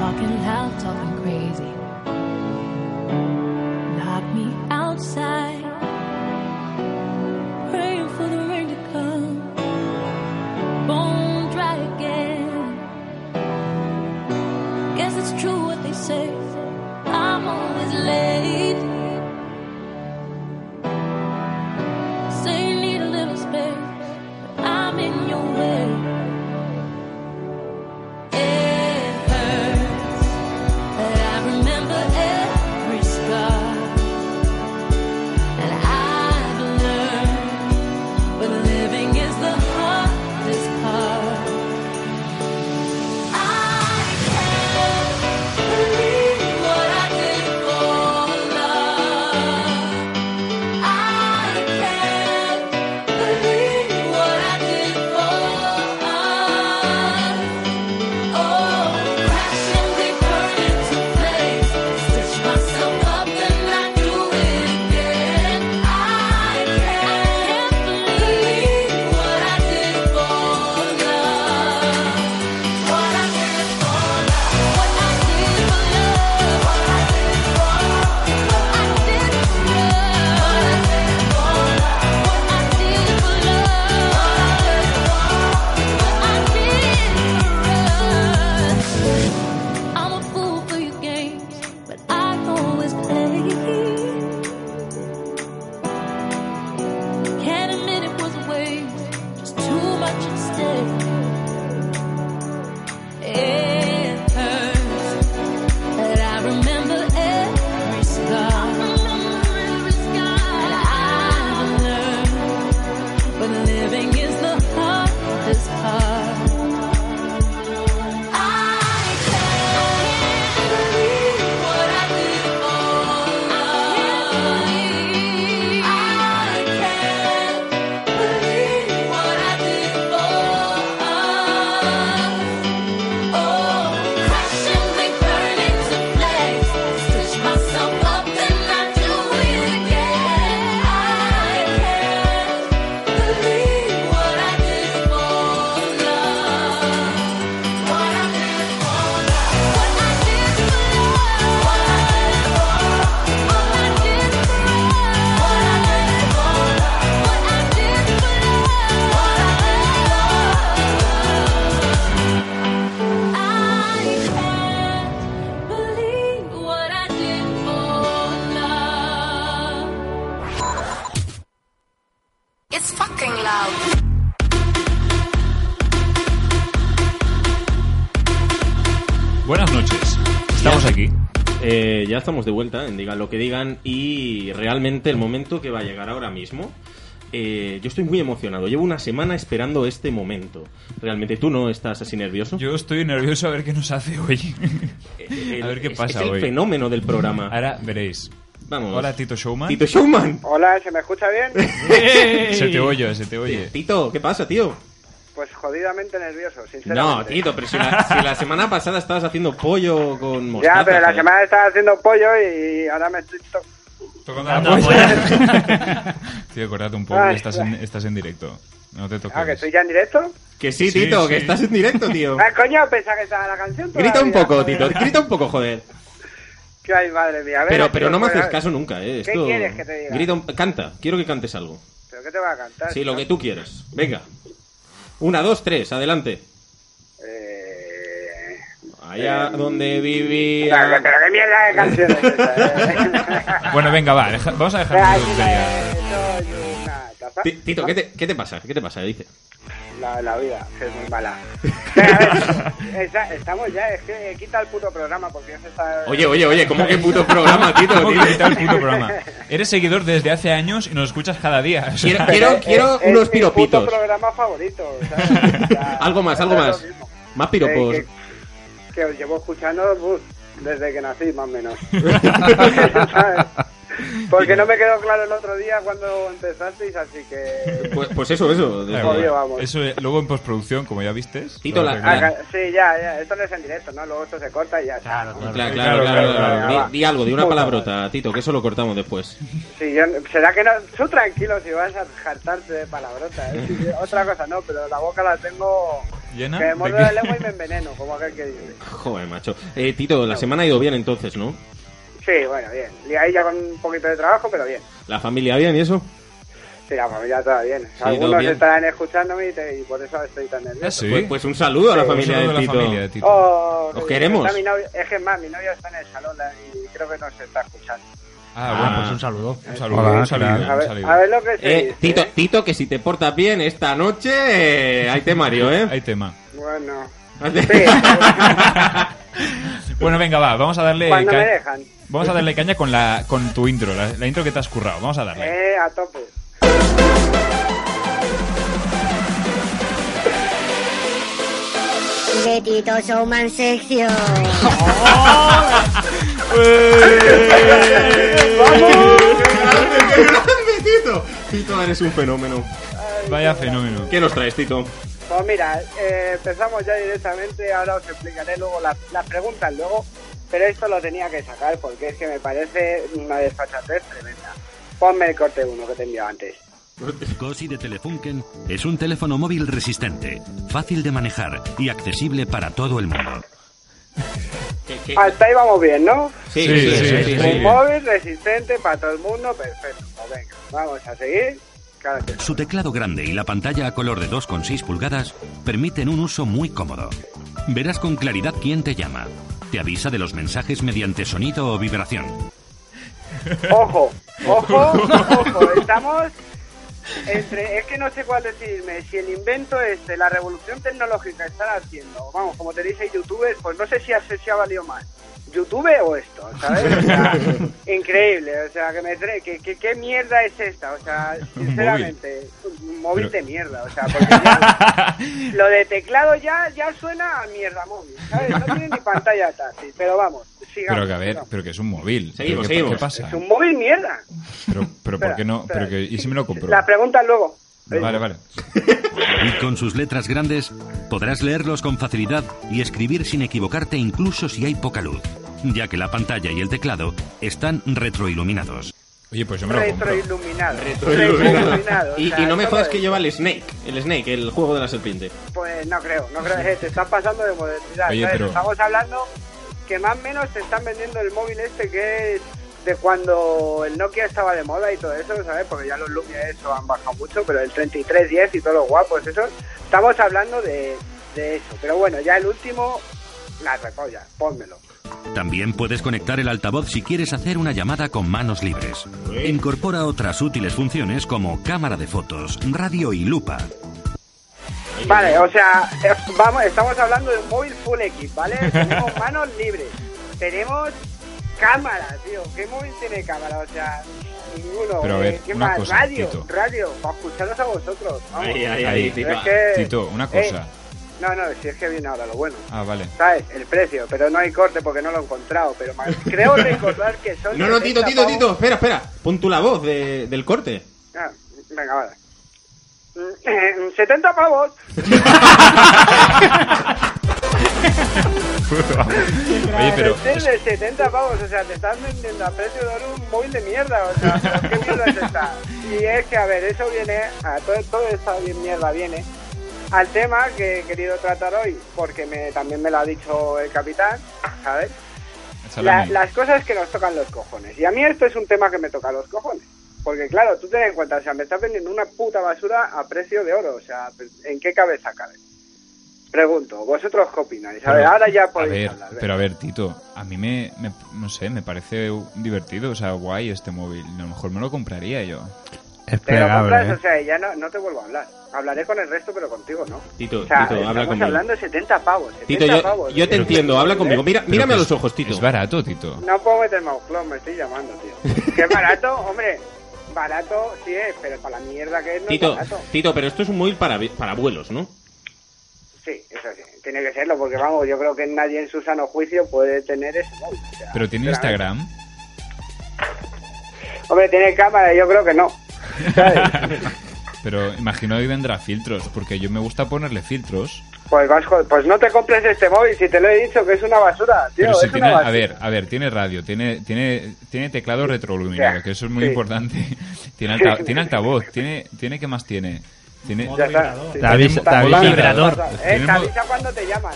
talking loud, talking crazy. Knock me outside, praying for the rain to come. Bone dry again. Guess it's true what they say. I'm always late. Say you need a little space. but I'm in your way. It hurts, but I remember every scar. And I've learned, but living is the hardest part. I can't believe what I did for love. I can't believe what I did for us. I'm a fool for your games, but I always play. Can't admit it was a waste, just too much at stake. It hurts, but I remember every scar. And I've learned, but living is the hardest part. Believe what I did for love.
It's fucking loud.
Buenas noches. Estamos aquí.
Eh, ya estamos de vuelta en Digan lo que digan y realmente el momento que va a llegar ahora mismo. eh, yo estoy muy emocionado. Llevo una semana esperando este momento. Realmente, ¿tú no estás así nervioso?
Yo estoy nervioso a ver qué nos hace hoy. a ver qué
es-
pasa
es Eh, el
hoy.
fenómeno del programa.
Ahora veréis.
Vamos.
Hola, Tito Showman.
Tito Showman.
Hola, ¿se me escucha bien?
Se te oye, se te oye.
Tito, ¿qué pasa, tío?
Pues jodidamente nervioso, sinceramente.
No, Tito, pero si la, si la semana pasada estabas haciendo pollo con mostaza.
Ya, pero la
eh.
semana estaba haciendo pollo y ahora me estoy to- Ah,
Tocando
la
la
polla.
Tío, acordate un poco
pues. Ay,
que estás en, estás en directo. No te toques.
Ah, que estoy ya en directo.
Que sí, Tito, que estás en directo, tío.
Ah, coño, pensaba que estaba la canción.
Grita un
todavía,
poco,
joder.
Tito, grita un poco, joder.
Que ay, madre mía. A ver,
Pero,
tío,
pero no me
joder,
haces
a ver.
caso nunca, eh.
¿Qué
Esto-
quieres que te diga?
Grita un- Canta, quiero que cantes algo.
¿Pero qué te va a cantar?
Sí, lo
tío?
que tú quieras. Venga. Una, dos, tres, adelante.
Eh,
Allá donde vivía.
Pero qué mierda de canción es esa, eh?
Bueno, venga, va. deja- vamos a dejar.
Ay,
de
Ah, sí,
tonterías.
eh, soy una taza
pasa?
Ti- Tito, ¿qué te, qué te pasa? ¿Qué te pasa? Dice.
La, la vida, que es muy mala. Venga, a ver, esa- estamos ya, es que eh, quita el puto programa porque ya se está...
Oye, oye, oye, ¿cómo que puto programa, Tito?
¿Cómo que quita el
Tito?
puto programa? Eres seguidor desde hace años y nos escuchas cada día. O sea,
Eh,
Eh, Es- es mi puto programa favorito, ¿sabes?
Algo más, algo
Ahora
más.
lo mismo.
Más piropos.
Eh, que, que os llevo escuchando pues, desde que nací, más o menos. ¿Sabes? Porque no me quedó claro el otro día cuando empezasteis, así que...
Pues, pues eso, eso.
Claro,
Jodido,
bueno.
vamos.
Eso eh, luego en postproducción, como ya viste.
Tito, la-
Ah, ca- sí, ya, ya, esto no es en directo, ¿no? Luego esto se corta y ya está. ¿no?
Claro, claro, claro.
claro,
claro.
claro, claro.
Di, di algo, di una
Puta
palabrota, Tito, que eso lo cortamos después.
Sí, yo- será que no. Tú tranquilo si vas a jartarte de palabrotas. ¿eh? Sí, Otra cosa no, pero la boca la tengo.
¿Llena?
Que me muerdo
¿De
la
qué?
lengua y me enveneno, como aquel que dice.
Joder, macho. Eh, Tito, la semana ha ido bien entonces, ¿no?
Sí, bueno, bien. Y ahí ya con un poquito de trabajo, pero bien.
¿La familia bien y eso?
Sí, la familia está bien.
Sí, todo
Algunos
bien.
estarán escuchándome y, te- y por eso estoy tan nervioso.
Pues, pues un saludo a la
Sí, un
familia
saludo a
de
la
Tito.
familia de Tito.
Oh,
Os
que-
queremos.
está mi novio- es que es más, mi novio está en el salón la- y creo que no se está escuchando.
Ah,
bueno.
pues un saludo.
Un saludo,
Hola,
un saludo,
claro.
un
A ver-
saludo.
a ver lo que se
Eh,
dice,
Tito,
¿eh?
Tito, que si te portas bien esta noche, eh, hay temario, ¿eh?
Hay tema.
Bueno.
Bueno, venga, va, vamos a darle.
Cuando
ca-
me dejan.
Vamos a darle caña con la con tu intro, la, la intro que te has currado. Vamos a darle.
Eh, a tope.
De Tito Showman Sección.
Tito! Tito, eres un fenómeno.
Vaya fenómeno.
¿Qué nos traes, Tito?
Pues mira, eh, empezamos ya directamente, ahora os explicaré luego las, las preguntas luego, pero esto lo tenía que sacar porque es que me parece una desfachatez tremenda. Ponme el corte uno que te envió antes.
Cosi de Telefunken es un teléfono móvil resistente, fácil de manejar y accesible para todo el mundo.
Hasta ahí vamos bien, ¿no?
Sí, Sí, sí, sí, sí, sí, sí.
Un móvil resistente para todo el mundo, perfecto. Pues venga, vamos a seguir. Claro que-
Su teclado grande y la pantalla a color de 2,6 pulgadas permiten un uso muy cómodo. Verás con claridad quién te llama. Te avisa de los mensajes mediante sonido o vibración.
Ojo, ojo, ojo, estamos entre, es que no sé cuál decirme, si el invento este, la revolución tecnológica están haciendo, vamos, como te dice youtubers, pues no sé si se si ha valido más, YouTube o esto, ¿sabes? O sea, increíble, o sea, que me tre- que, que- qué mierda es esta, o sea, sinceramente, un móvil de mierda, o sea, porque ya- lo de teclado ya, ya suena a mierda móvil, ¿sabes? No tiene ni pantalla táctil, pero vamos, sigamos.
Pero que a ver, pero que es un móvil.
Seguimos,
Pero que-
seguimos.
¿Qué pasa?
Es un móvil mierda.
Pero, pero
Espera,
¿por qué no? Pero que, ¿Y si me lo compro?
La pregunta luego.
Vale, vale.
Y con sus letras grandes podrás leerlos con facilidad y escribir sin equivocarte incluso si hay poca luz, ya que la pantalla y el teclado están retroiluminados.
Oye, pues yo
Retroiluminado. Retroiluminado, o
Y,
sea,
y no me
esto
jodas
es-
que lleva el Snake, el Snake, el juego de la serpiente.
Pues no creo, no creo. eh, Te estás pasando de modernidad.
Oye,
¿sabes?
pero-
Estamos hablando que más o menos te están vendiendo el móvil este que es de cuando el Nokia estaba de moda y todo eso, ¿sabes? Porque ya los Lumia eso han bajado mucho, pero el 3310 y todos los guapos esos. Estamos hablando de, de eso. Pero bueno, ya el último, la repolla, pónmelo.
También puedes conectar el altavoz si quieres hacer una llamada con manos libres. Incorpora otras útiles funciones como cámara de fotos, radio y lupa.
Vale, o sea, eh, vamos, estamos hablando de un móvil full X, ¿vale? Tenemos manos libres, tenemos cámara, tío. ¿Qué móvil tiene cámara? O sea, ninguno.
Pero a ver,
Eh, ¿qué
una
más?
cosa,
radio,
Tito.
radio, para escucharos a vosotros. Vamos.
Ahí, ahí, ahí,
Es
Tito.
que-
Tito, una
Eh,
cosa.
no, no, si es que viene ahora lo bueno.
Ah, vale.
¿Sabes? El precio, pero no hay corte porque no lo he encontrado. Pero más- creo recordar que son.
No, no, Tito,
70
Tito,
pavos.
Tito, espera, espera. Pon tú la voz de- del corte.
Ah, venga, vale. Mm, eh, 70 pavos.
Oye, pero.
Tienes 70 pavos, o sea, te estás vendiendo a precio de oro un móvil de mierda, o sea, ¿pero ¿qué mierda es esta? Y es que, a ver, eso viene, a todo, toda esta bien mierda viene al tema que he querido tratar hoy, porque me, también me lo ha dicho el capitán, ¿sabes? La-
Salami.
las cosas que nos tocan los cojones. Y a mí esto es un tema que me toca los cojones. Porque claro, tú ten en cuenta, o sea, me estás vendiendo una puta basura a precio de oro. O sea, pues, ¿en qué cabeza cabe? Pregunto, ¿vosotros qué opináis? A ver,
Pero,
ahora ya
A
podéis
ver,
hablar. ¿eh? venga.
pero a ver, Tito, a mí me, me- no sé, me parece divertido, o sea, guay este móvil. A lo mejor me lo compraría yo.
Es
Pero
plegable.
Coplas, o sea, ya no, no te vuelvo a hablar. Hablaré con el resto, pero contigo no.
Tito,
O sea,
Tito, habla
estamos
conmigo.
hablando de 70 pavos. 70
Tito, yo,
pavos,
yo te
¿eh?
entiendo, habla conmigo. Mira,
Pero
mírame a
que
los
es-
ojos, Tito.
Es barato, Tito.
No puedo meter mouseclone, me estoy llamando, tío. Qué barato, hombre. Barato sí es, pero para la mierda que es no es
Tito,
barato.
Tito, pero esto es un móvil para, para abuelos, ¿no?
Sí, eso sí. Tiene que serlo, porque vamos, yo creo que nadie en su sano juicio puede tener ese móvil. O sea,
Pero tiene Instagram.
hombre, tiene cámara, yo creo que no.
Pero imagino que vendrá filtros, porque yo me gusta ponerle filtros.
Pues Vasco, pues no te compres este móvil si te lo he dicho que es una basura, tío.
Pero
es
si
una
tiene, a
basura.
ver, a ver, tiene radio, tiene, tiene, tiene teclado
Ya,
retroiluminado, que eso es muy
sí.
importante. Tiene, alta-
Sí.
tiene altavoz, tiene, tiene ¿qué más tiene? Tiene
Ya está, sí.
Tiene modo vibrador.
Eh,
Tiene
te
modo-
avisa cuando te llaman.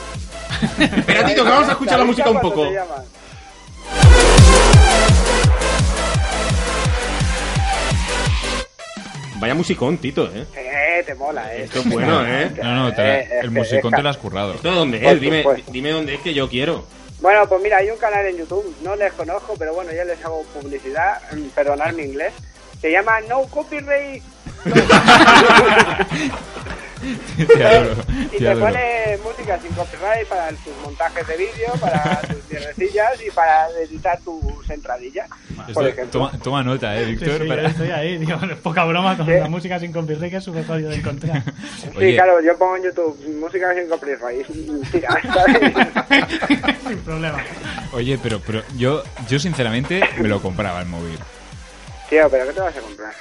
Pues Espera, Tito, que vamos a escuchar la
Te avisa
música un
cuando
poco.
te llaman.
Vaya musicón, Tito, ¿eh?
Eh, te mola, eh.
Esto es bueno, ¿eh?
No, no, te
Eh,
la-
eh,
el musicón
eh,
te lo has currado.
¿Esto dónde es? Dime, dime dónde es que yo quiero.
Bueno, pues mira, hay un canal en YouTube, no les conozco, pero bueno, ya les hago publicidad, mm, perdonad mi inglés. Se llama No Copyright
Te adoro,
y
te
te
adoro.
pone música sin copyright para tus montajes de vídeo, para tus cierrecillas y para editar tus entradillas.
Esto-
Por ejemplo.
toma, toma nota, eh, Víctor.
Sí, sí,
para-
yo estoy ahí, tío. Poca broma con la música sin copyright que es súper jodido de encontrar.
Oye.
Sí, claro, yo pongo en YouTube música sin copyright. Tira, ¿sabes?
Sin problema.
Oye, pero, pero yo, yo sinceramente me lo compraba el móvil.
Tío, pero ¿qué te vas a comprar?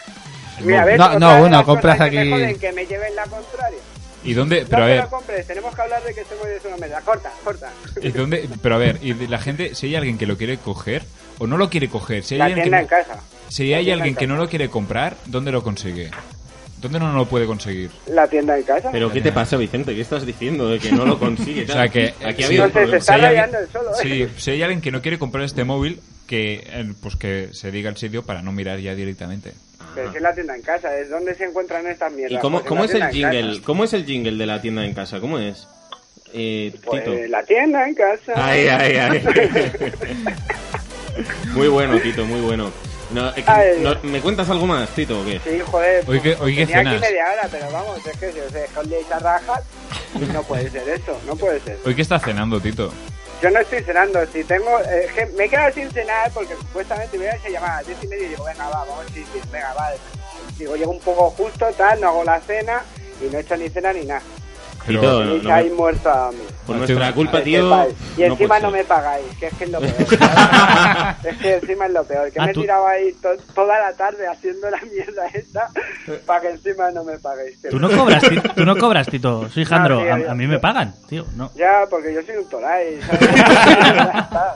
El
Mira,
móvil.
¿ves?
No,
Otra
no,
de
bueno,
las cosas
compras
que
aquí-
Me joden, que me lleven la contraria.
¿Y dónde?
No
Pero a
te
ver,
lo compres, tenemos que hablar de que este móvil es una mierda. Corta, corta.
¿y dónde? Pero a ver, y de la gente, si hay alguien que lo quiere coger o no lo quiere coger, si hay
La
alguien que
tienda
no-
en casa.
Si
La
hay
tienda
alguien
en
que
casa.
no lo quiere comprar, ¿dónde lo consigue? ¿Dónde no lo puede conseguir?
La tienda en casa.
Pero ¿qué te pasa, Vicente? ¿Qué estás diciendo? De que no lo consigue.
o sea
tal.
que
Aquí
sí,
ha habido un problema.
si hay alguien-
rayando el solo,
sí, si hay alguien que no quiere comprar este móvil, que eh, pues que se diga el sitio para no mirar ya directamente.
Pero si es la tienda en casa, es donde se encuentran estas mierdas.
¿Y cómo,
Pues en
cómo
la
es el
tienda en
jingle? ¿Cómo es el jingle de la tienda en casa? ¿Cómo es? Eh,
casa.
Tito.
Pues la tienda en casa.
Ay, ay, ay. Muy bueno, Tito, muy bueno. No, es que-
Ay.
no- ¿Me cuentas algo más, Tito, o qué?
Sí, joder.
Hoy que- hoy que
tenía aquí
cenas.
media hora, pero vamos, es que si os dejáis a rajas, no puede ser eso, no puede ser.
Hoy que está cenando, Tito.
Yo no estoy cenando, si tengo... eh, que me he quedado sin cenar porque supuestamente me iba a hacer llamar a las 10 y media y digo, venga, va, vamos, sí, sí, venga, va. Digo, llego un poco justo, tal, no hago la cena y no he hecho ni cena ni nada.
Tito,
Y
no- no-
ahí muerto a mí.
por nuestra culpa,
Que
tío.
sepáis. Y
no
encima
puede
no,
ser.
me pagáis, que es que es lo peor. ¿sabes? es que encima es lo peor, que
Ah,
me he
tú-
tirado ahí to- toda la tarde haciendo la mierda esta
Eh.
para que encima no me paguéis.
Tú no cobras, ti- tú no cobras, Tito. Soy Jandro.
Ah,
No, tío,
a, a mí me pagan, tío. No.
Ya, porque yo soy un toray, ¿sabes? Ya está,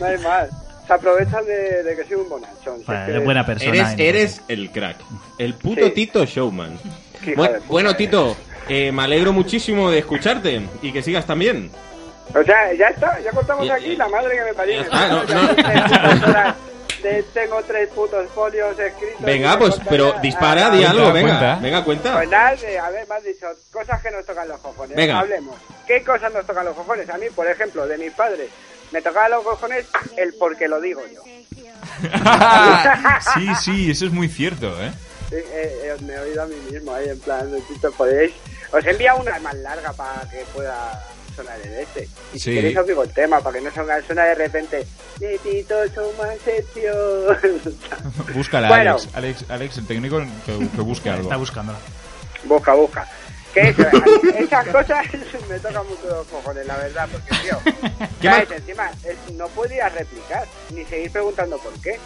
no hay más. Se aprovechan de, de que soy un bonachón. si es que-
Eres, eres el crack. El puto
Sí.
Tito Showman.
Qué hija
Bueno,
de puta
bueno, Tito, eh, me alegro muchísimo de escucharte y que sigas también.
O sea, ya está, ya cortamos
Ya-
aquí la madre que me parió.
está, no,
Ya tengo tres putas horas de- tengo tres putos folios escritos.
Venga,
y
pues,
cortaría-
pero dispara,
Ah,
di
ah,
algo, venga.
cuenta.
Venga, cuenta.
Pues nada, eh, a ver, me has dicho cosas que nos tocan los cojones.
Venga.
Hablemos. ¿Qué cosas nos tocan los cojones? A mí, por ejemplo, de mis padres, me tocaba los cojones el porque lo digo yo.
sí, sí, eso es muy cierto, ¿eh?
Eh, eh, eh, me he oído a mí mismo ahí en plan, chicos, podéis. Os he enviado una más larga para que pueda sonar el este. Y
Sí.
si queréis os digo el tema, para que no suena, suena de repente. Necesito su mansión.
Búscala,
Bueno.
Alex. Alex. Alex, el técnico, que, que busque algo. Está
buscándola.
Busca, busca. Que eso, esas cosas me tocan mucho los cojones, la verdad, porque tío,
¿Qué
ya
más?
es, encima es- no podía replicar, ni seguir preguntando por qué,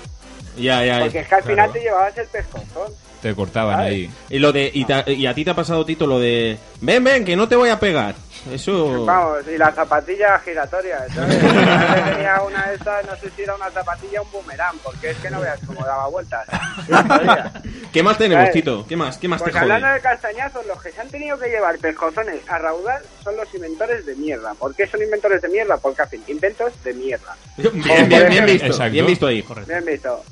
Ya, ya.
porque es que al final te llevabas el pescozón.
Te cortaban ahí.
Y, lo de, y, ta- y a ti te ha pasado, Tito, lo de... Ven, ven, que no te voy a pegar. Eso...
Vamos, y la zapatilla giratoria, ¿sabes? Antes tenía una de estas, no sé si era una zapatilla o un boomerang, porque es que no veas cómo daba vueltas.
¿Qué más tenemos,
¿Sabes?
Tito? ¿Qué más? ¿Qué más
Pues
te jode?
hablando de castañazos, los que se han tenido que llevar pescozones a raudar son los inventores de mierda. ¿Por qué son inventores de mierda? Porque hacen inventos de mierda.
Bien, bien, bien visto.
Exacto.
Bien visto ahí.
Me han visto.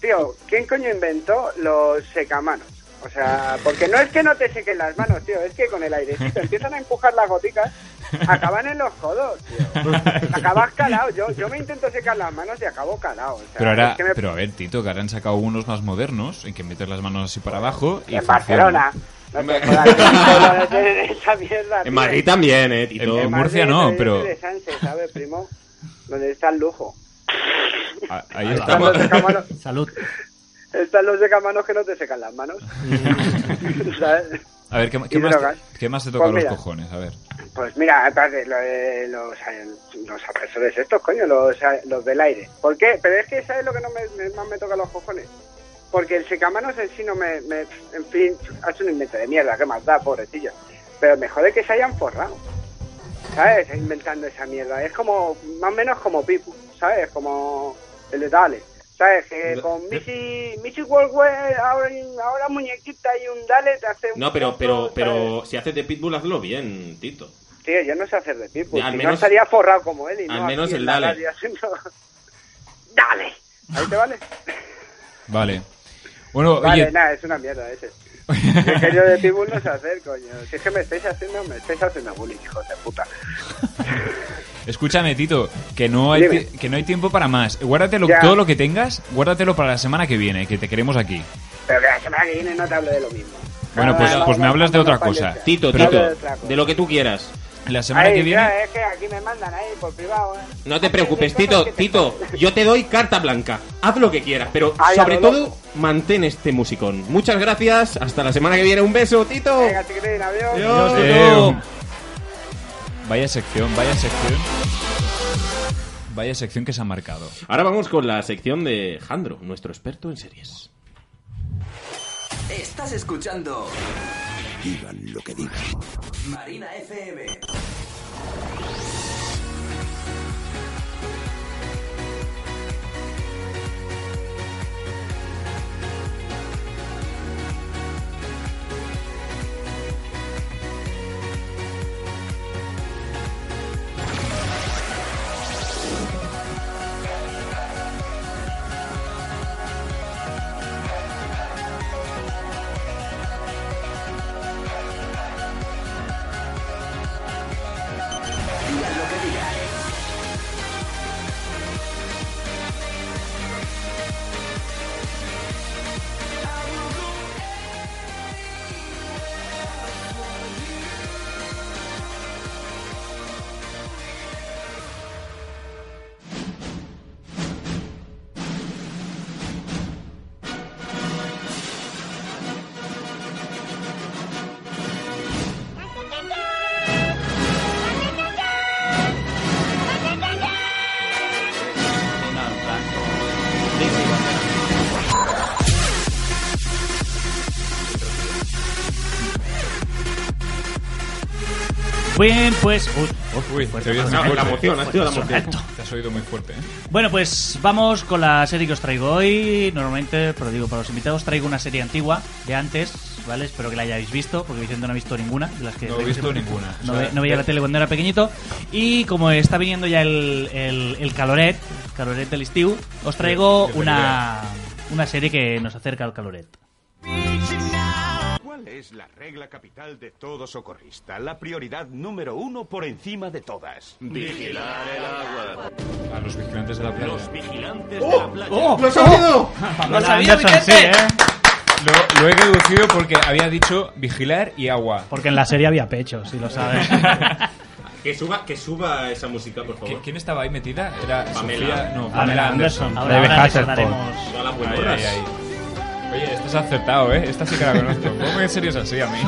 Tío, ¿quién coño inventó los secamanos? O sea, porque no es que no te sequen las manos, tío, es que con el airecito empiezan a empujar las goticas, acaban en los codos, tío. Acabas calado. Yo, yo me intento secar las manos y acabo calado. O sea,
Pero
es
ahora,
que me-
pero a ver, Tito, que ahora han sacado unos más modernos en que metes las manos así para abajo y
en Barcelona.
funciona.
No te jodas, no te jodas, esa mierda, tío.
En Madrid también, eh, Tito.
En, en
Madrid,
Murcia no,
Madrid
pero
es de Sánchez, ¿sabes, primo? Donde está el lujo.
a- Ah, ahí
Ahí
estamos.
están los secamanos.
Salud.
Están los secamanos que no te secan las manos. ¿Sabes?
A ver, ¿qué, qué
Y
más,
drogas.
te, qué más te toca
Pues
los
mira.
cojones? A ver.
Pues mira, aparte, lo de los, eh, los apresores estos, coño, los, eh, los del aire. ¿Por qué? Pero es que, ¿sabes lo que no me, me- más me toca los cojones? Porque el secamanos en sí no me, me- En fin, ha hecho un invento de mierda, que más da, pobrecillo. Pero me jode que se hayan forrado. ¿Sabes? Inventando esa mierda. Es como, más o menos como Pipu, ¿sabes? Como el de Dale. ¿Sabes? Que con Missy, Missy Worldwide, ahora, ahora muñequita y un Dale te hace un...
No, pero, pero,
trozo, ¿sabes?
pero si haces de Pitbull, hazlo bien, Tito.
Tío, yo no sé hacer de Pitbull.
Al
si
menos-
no estaría forrado como él. Y
al
no
menos
aquí en
el
la
dale.
radio haciendo- ¡Dale! ¿Ahí te vale?
Vale. Bueno,
vale,
Oh, oye,
nada, es una mierda ese. Es que yo de Pitbull no sé hacer, coño. Si es que me estáis haciendo, me estáis haciendo bullying, hijos de puta.
escúchame, Tito, que no hay,
Dime.
ti- que no hay tiempo para más. Guárdatelo
Ya.
todo lo que tengas, guárdatelo para la semana que viene, que te queremos aquí.
Pero que la semana que viene no te hablo de lo mismo.
Bueno, pues,
Cada
pues me
uno
hablas de
Ah, cuando
otra cosa.
fallece.
Tito,
Pero-
Tito,
de otra cosa.
de lo que tú quieras.
La semana
Ahí,
que viene.
ya, es que aquí me mandan ahí por privado, eh.
No te preocupes, Tito, Tito, yo te doy carta blanca. Haz lo que quieras, pero
Ay, a
sobre
lo
todo mantén este musicón. Muchas gracias, hasta la semana que viene. Un beso, Tito.
Venga, chiquitín, adiós.
Adiós,
Adeu.
Tito.
Vaya sección, vaya sección. Vaya sección que se ha marcado.
Ahora vamos con la sección de Jandro, nuestro experto en series.
Estás escuchando
Digan lo que digan.
Marina FM.
Bien, pues. Uy, uy,
Uy,
fuerte,
te he oído
fuerte,
muy
fuerte,
fuerte.
fuerte, fuerte, alto.
Te has oído muy fuerte, ¿eh?
Bueno, pues vamos con la serie que os traigo hoy. Normalmente, pero digo para los invitados, traigo una serie antigua de antes, ¿vale? Espero que la hayáis visto, porque Vicente no ha visto ninguna de las que
No he visto ninguna.
No,
O sea,
ve- no veía la tele cuando era pequeñito. Y como está viniendo ya el, el, el caloret, el caloret del estiu, os traigo
Yo- yo te
una, una serie que nos acerca al caloret.
¿Cuál es la regla capital de todo socorrista? La prioridad número uno por encima de todas.
Vigilar el agua. A los vigilantes de la playa. Los
vigilantes
de la
playa.
¡Oh!
¡Lo he sabido!
¡Lo
sabía, Anderson, Vicente! sí, ¿eh?
Lo, lo he deducido porque había dicho vigilar y agua.
Porque en la serie había pechos, si lo sabes.
Que suba, que suba esa música, por favor.
¿Quién estaba ahí metida? Era
Pamela.
Sofía- no,
Pamela
Pamela
Anderson.
Anderson.
Ahora- ahora les hablaremos. Todas las
Ay,
buenas.
ay, ay. Oye, esta se ha acertado, ¿eh? Esta sí que la conozco. ¿Cómo en serio es así a mí?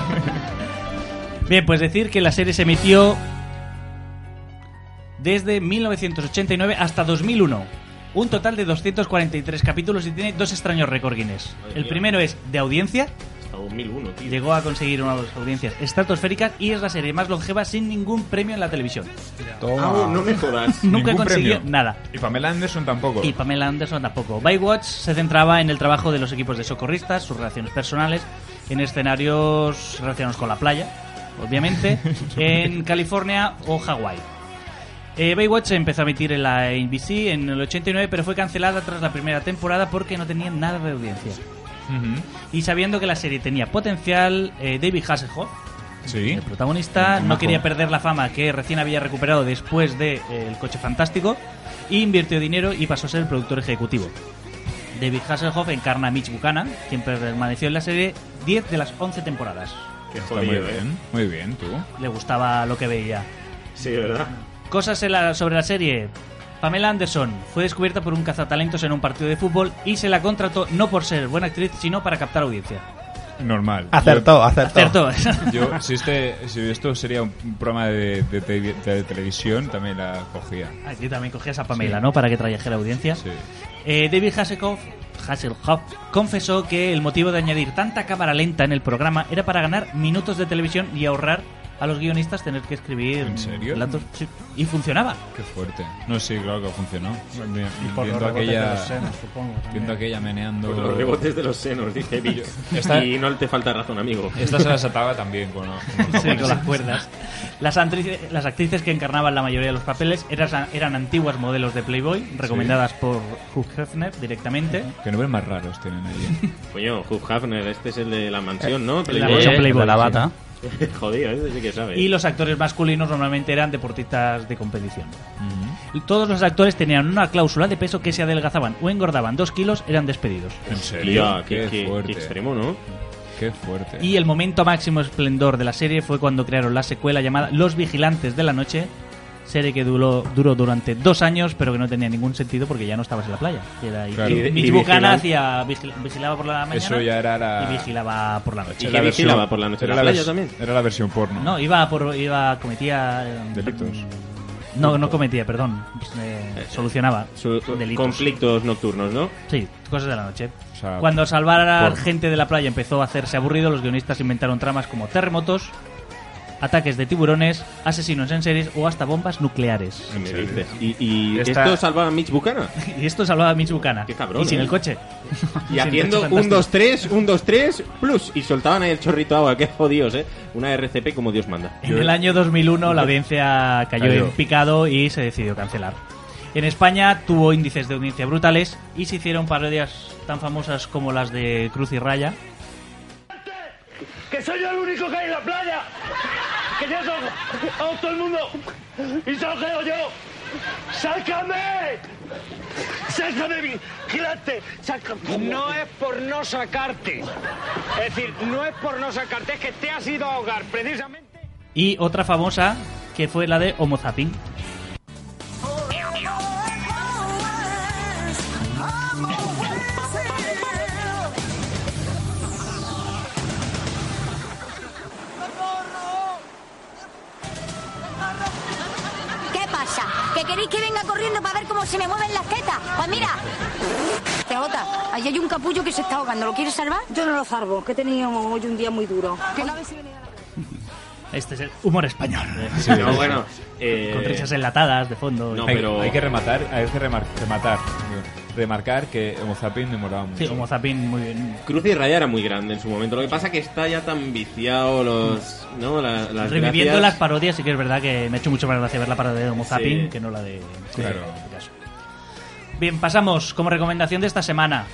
Bien, pues decir que la serie se emitió desde 1989 hasta 2001. Un total de 243 capítulos y tiene dos extraños récord Guinness.
Madre
El
mía.
primero es de audiencia.
Hasta 2001, tío.
Llegó a conseguir una de las audiencias estratosféricas y es la serie más longeva sin ningún premio en la televisión.
Toma.
Ah, no me jodas.
Nunca
Ningún
consiguió
premio.
nada.
Y Pamela Anderson tampoco.
Y Pamela Anderson tampoco. Baywatch se centraba en el trabajo de los equipos de socorristas, sus relaciones personales, en escenarios relacionados con la playa, obviamente, en California o Hawái. Eh, Baywatch se empezó a emitir en la NBC en el 89, pero fue cancelada tras la primera temporada porque no tenía nada de audiencia.
Ujú.
Y sabiendo que la serie tenía potencial, eh, David Hasselhoff,
Sí.
el protagonista, no quería perder la fama que recién había recuperado después de eh, El Coche Fantástico, y invirtió dinero y pasó a ser el productor ejecutivo. David Hasselhoff encarna a Mitch Buchanan, quien permaneció en la serie 10 de las 11 temporadas.
Qué
jodido,
muy
¿eh?
bien, muy bien, tú.
Le gustaba lo que veía.
Sí, ¿verdad?
Cosas en la- sobre la serie. Pamela Anderson fue descubierta por un cazatalentos en un partido de fútbol y se la contrató no por ser buena actriz, sino para captar audiencia.
Normal.
Acertó,
Yo-
acertó.
Acertó.
Yo, si, este, si esto sería un programa de, de te- de televisión, también la cogía.
Aquí también cogías a Pamela,
Sí.
¿no? Para que trajera audiencia. Eh, David Hasselhoff, Hasselhoff confesó que el motivo de añadir tanta cámara lenta en el programa era para ganar minutos de televisión y ahorrar a los guionistas tener que escribir
¿En serio?
relatos. Sí. Y funcionaba.
Qué fuerte. No, sí, claro que funcionó. Vi-
Y por
viendo
los rebotes
aquella,
de los senos, supongo, también.
Viendo aquella meneando.
Por los rebotes de los senos, dice Vic.
Yo- esta-
Y no te falta razón, amigo.
Esta se las ataba también con, los- con los
Sí, con las
japoneses.
cuerdas. Las, actrices, las actrices que encarnaban la mayoría de los papeles eran, eran antiguas modelos de Playboy, recomendadas por Hugh Hefner directamente.
Que nombres más raros tienen ahí.
Coño, Hugh Hafner, este es el de la mansión, ¿no?
Eh, la mansión Playboy, De la bata.
sí. Jodido, ese sí que sabe.
Y los actores masculinos normalmente eran deportistas de competición. Todos los actores tenían una cláusula de peso que si adelgazaban o engordaban dos kilos eran despedidos.
¿En serio?
Hostia, qué- qué- qué extremo, ¿no?
Qué fuerte.
Y el momento máximo esplendor de la serie fue cuando crearon la secuela llamada Los Vigilantes de la Noche, serie que duró, duró durante dos años, pero que no tenía ningún sentido porque ya no estabas en la playa. Y Era, y-
Claro.
y-
Y-
Mitch
y
Buchanan
vigilan-
hacía- vigil- vigilaba por la mañana
Eso ya era la-
y vigilaba por la noche.
¿Y qué vigilaba por la noche?
era
¿La playa
vers-
también?
Era la versión porno.
No, iba por iba cometía eh,
Delitos.
No, no cometía, perdón. Eh, solucionaba
Su-
delitos.
conflictos nocturnos, ¿no?
Sí, cosas de la noche.
O sea,
Cuando salvar a
por-
gente de la playa empezó a hacerse aburrido, los guionistas inventaron tramas como terremotos, ataques de tiburones, asesinos en series o hasta bombas nucleares.
¿Qué me dices? ¿Y, y
Esta-
esto salvaba a Mitch Buchanan?
Y esto salvaba a Mitch Buchanan.
cabrón,
y sin
¿eh?
el coche. Sin
Y
el
haciendo
coche
un,
fantástico.
2, 3, un, 2, 3, plus. Y soltaban ahí el chorrito de agua. Qué jodidos, ¿eh? Una RCP como Dios manda.
En el año 2001 la audiencia cayó
Cayó.
en picado y se decidió cancelar. En España tuvo índices de audiencia brutales y se hicieron parodias tan famosas como las de Cruz y Raya.
que soy yo el único que hay en la playa. Que ya son vamos todo el mundo. Y solo quedo yo. ¡Sácame! ¡Sácame, vigilante! ¡Sácame!
No es por no sacarte. Es decir, no es por no sacarte, es que te has ido a ahogar precisamente.
Y otra famosa que fue la de Homo Zapping.
¿Qué pasa? ¿Que queréis que venga corriendo para ver cómo se me mueven las tetas? Pues mira. Pelota, ahí hay un capullo que se está ahogando. ¿Lo quieres salvar? Yo no lo salvo, que he tenido hoy un día muy duro.
Este es el humor español.
Sí, no, bueno, eh,
Con risas enlatadas de fondo.
No,
hay,
pero-
hay que rematar, hay que remar- rematar. Remarcar que Homo Zapping me molaba mucho.
Sí, Homo Zapping muy bien.
Cruz y Raya era muy grande en su momento. Lo que pasa que está ya tan viciado los... ¿No? La- las
Reviviendo
gracias.
las parodias, sí que es verdad que me ha hecho mucho más gracia ver la parodia de Homo
Sí.
Zapping que no la de.
Claro.
en este caso. Bien, pasamos como recomendación de esta semana.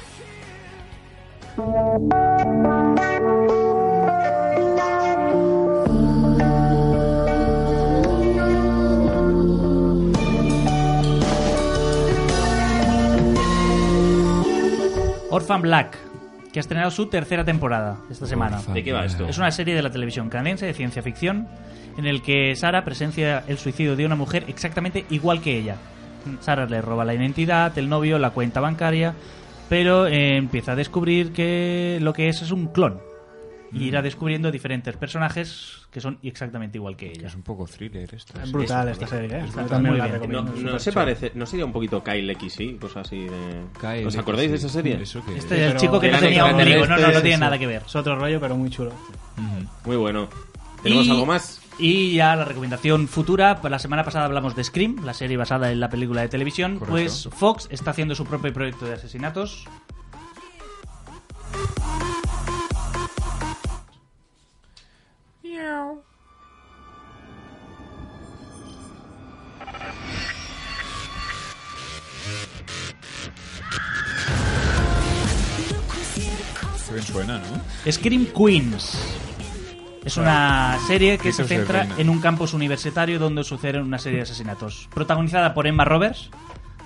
Orphan Black, que ha estrenado su tercera temporada esta semana.
Orphan ¿De qué va esto?
Es una serie de la televisión canadiense de ciencia ficción en el que Sara presencia el suicidio de una mujer exactamente igual que ella. Sara le roba la identidad, el novio, la cuenta bancaria, pero eh, empieza a descubrir que lo que es es un clon.
Mm.
Y irá descubriendo diferentes personajes que son exactamente igual que ella. Es un
poco thriller esto.
Es brutal esta serie, ¿eh? También la
No,
recomiendo.
no se parece, no sería un poquito Kyle XY, cosas así de.
Kyle
¿Os acordáis de esa serie?
¿Eso qué
Este es el chico que no tenía ombligo, no, no,
este,
no tiene nada que ver.
Es otro rollo, pero muy chulo.
Muy bueno. ¿Tenemos
Y-
algo más?
Y ya la recomendación futura, pues la semana pasada hablamos de Scream, la serie basada en la película de televisión,
Correcto.
pues Fox está haciendo su propio proyecto de asesinatos.
bien suena, ¿no?
Scream Queens. Es una serie que se
Gritos de
centra
reina.
en un campus universitario donde suceden una serie de asesinatos. Protagonizada por Emma Roberts,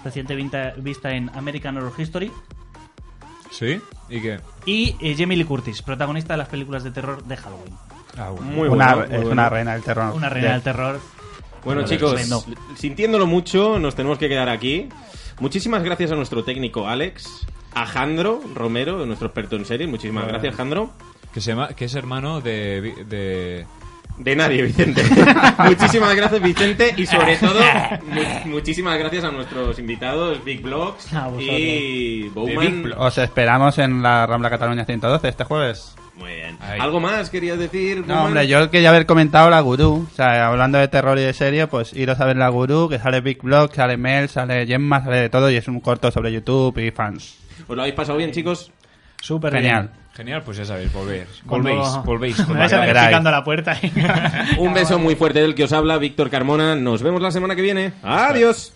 reciente vinta- vista en American Horror History,
¿Sí? ¿Y qué?
y eh, Jamie Lee Curtis, protagonista de las películas de terror de Halloween.
Ah, bueno.
Eh,
Muy Una- bueno, muy es bueno. una reina del terror.
Una reina
Ya.
del terror.
Bueno,
Vale,
chicos,
estupendo.
sintiéndolo mucho, nos tenemos que quedar aquí. Muchísimas gracias a nuestro técnico Alex, a Jandro Romero, nuestro experto en series. Muchísimas
Bueno.
gracias, Jandro.
Que, se llama, que es hermano de... Vi- De,
de nadie, Vicente. Muchísimas gracias, Vicente, y sobre todo, mu- muchísimas gracias a nuestros invitados, Big Blogs
A vosotros.
y Bowman.
Os esperamos en la Rambla Cataluña 112 este jueves.
Muy bien. ¿Algo más querías decir?
No,
Bowman?
hombre, yo quería haber comentado la gurú. O sea, hablando de terror y de serie, pues iros a ver la gurú, que sale Big Block, sale Mel, sale Gemma, sale de todo, y es un corto sobre YouTube y fans.
¿Os lo habéis pasado bien, chicos?
Súper
Genial.
Genial, pues ya sabéis, volver.
Cuando-
Volvéis, volvéis.
Me
cuando
vais a ver
queráis.
Picando a la puerta.
Un beso muy fuerte del que os habla, Víctor Carmona. Nos vemos la semana que viene. Adiós.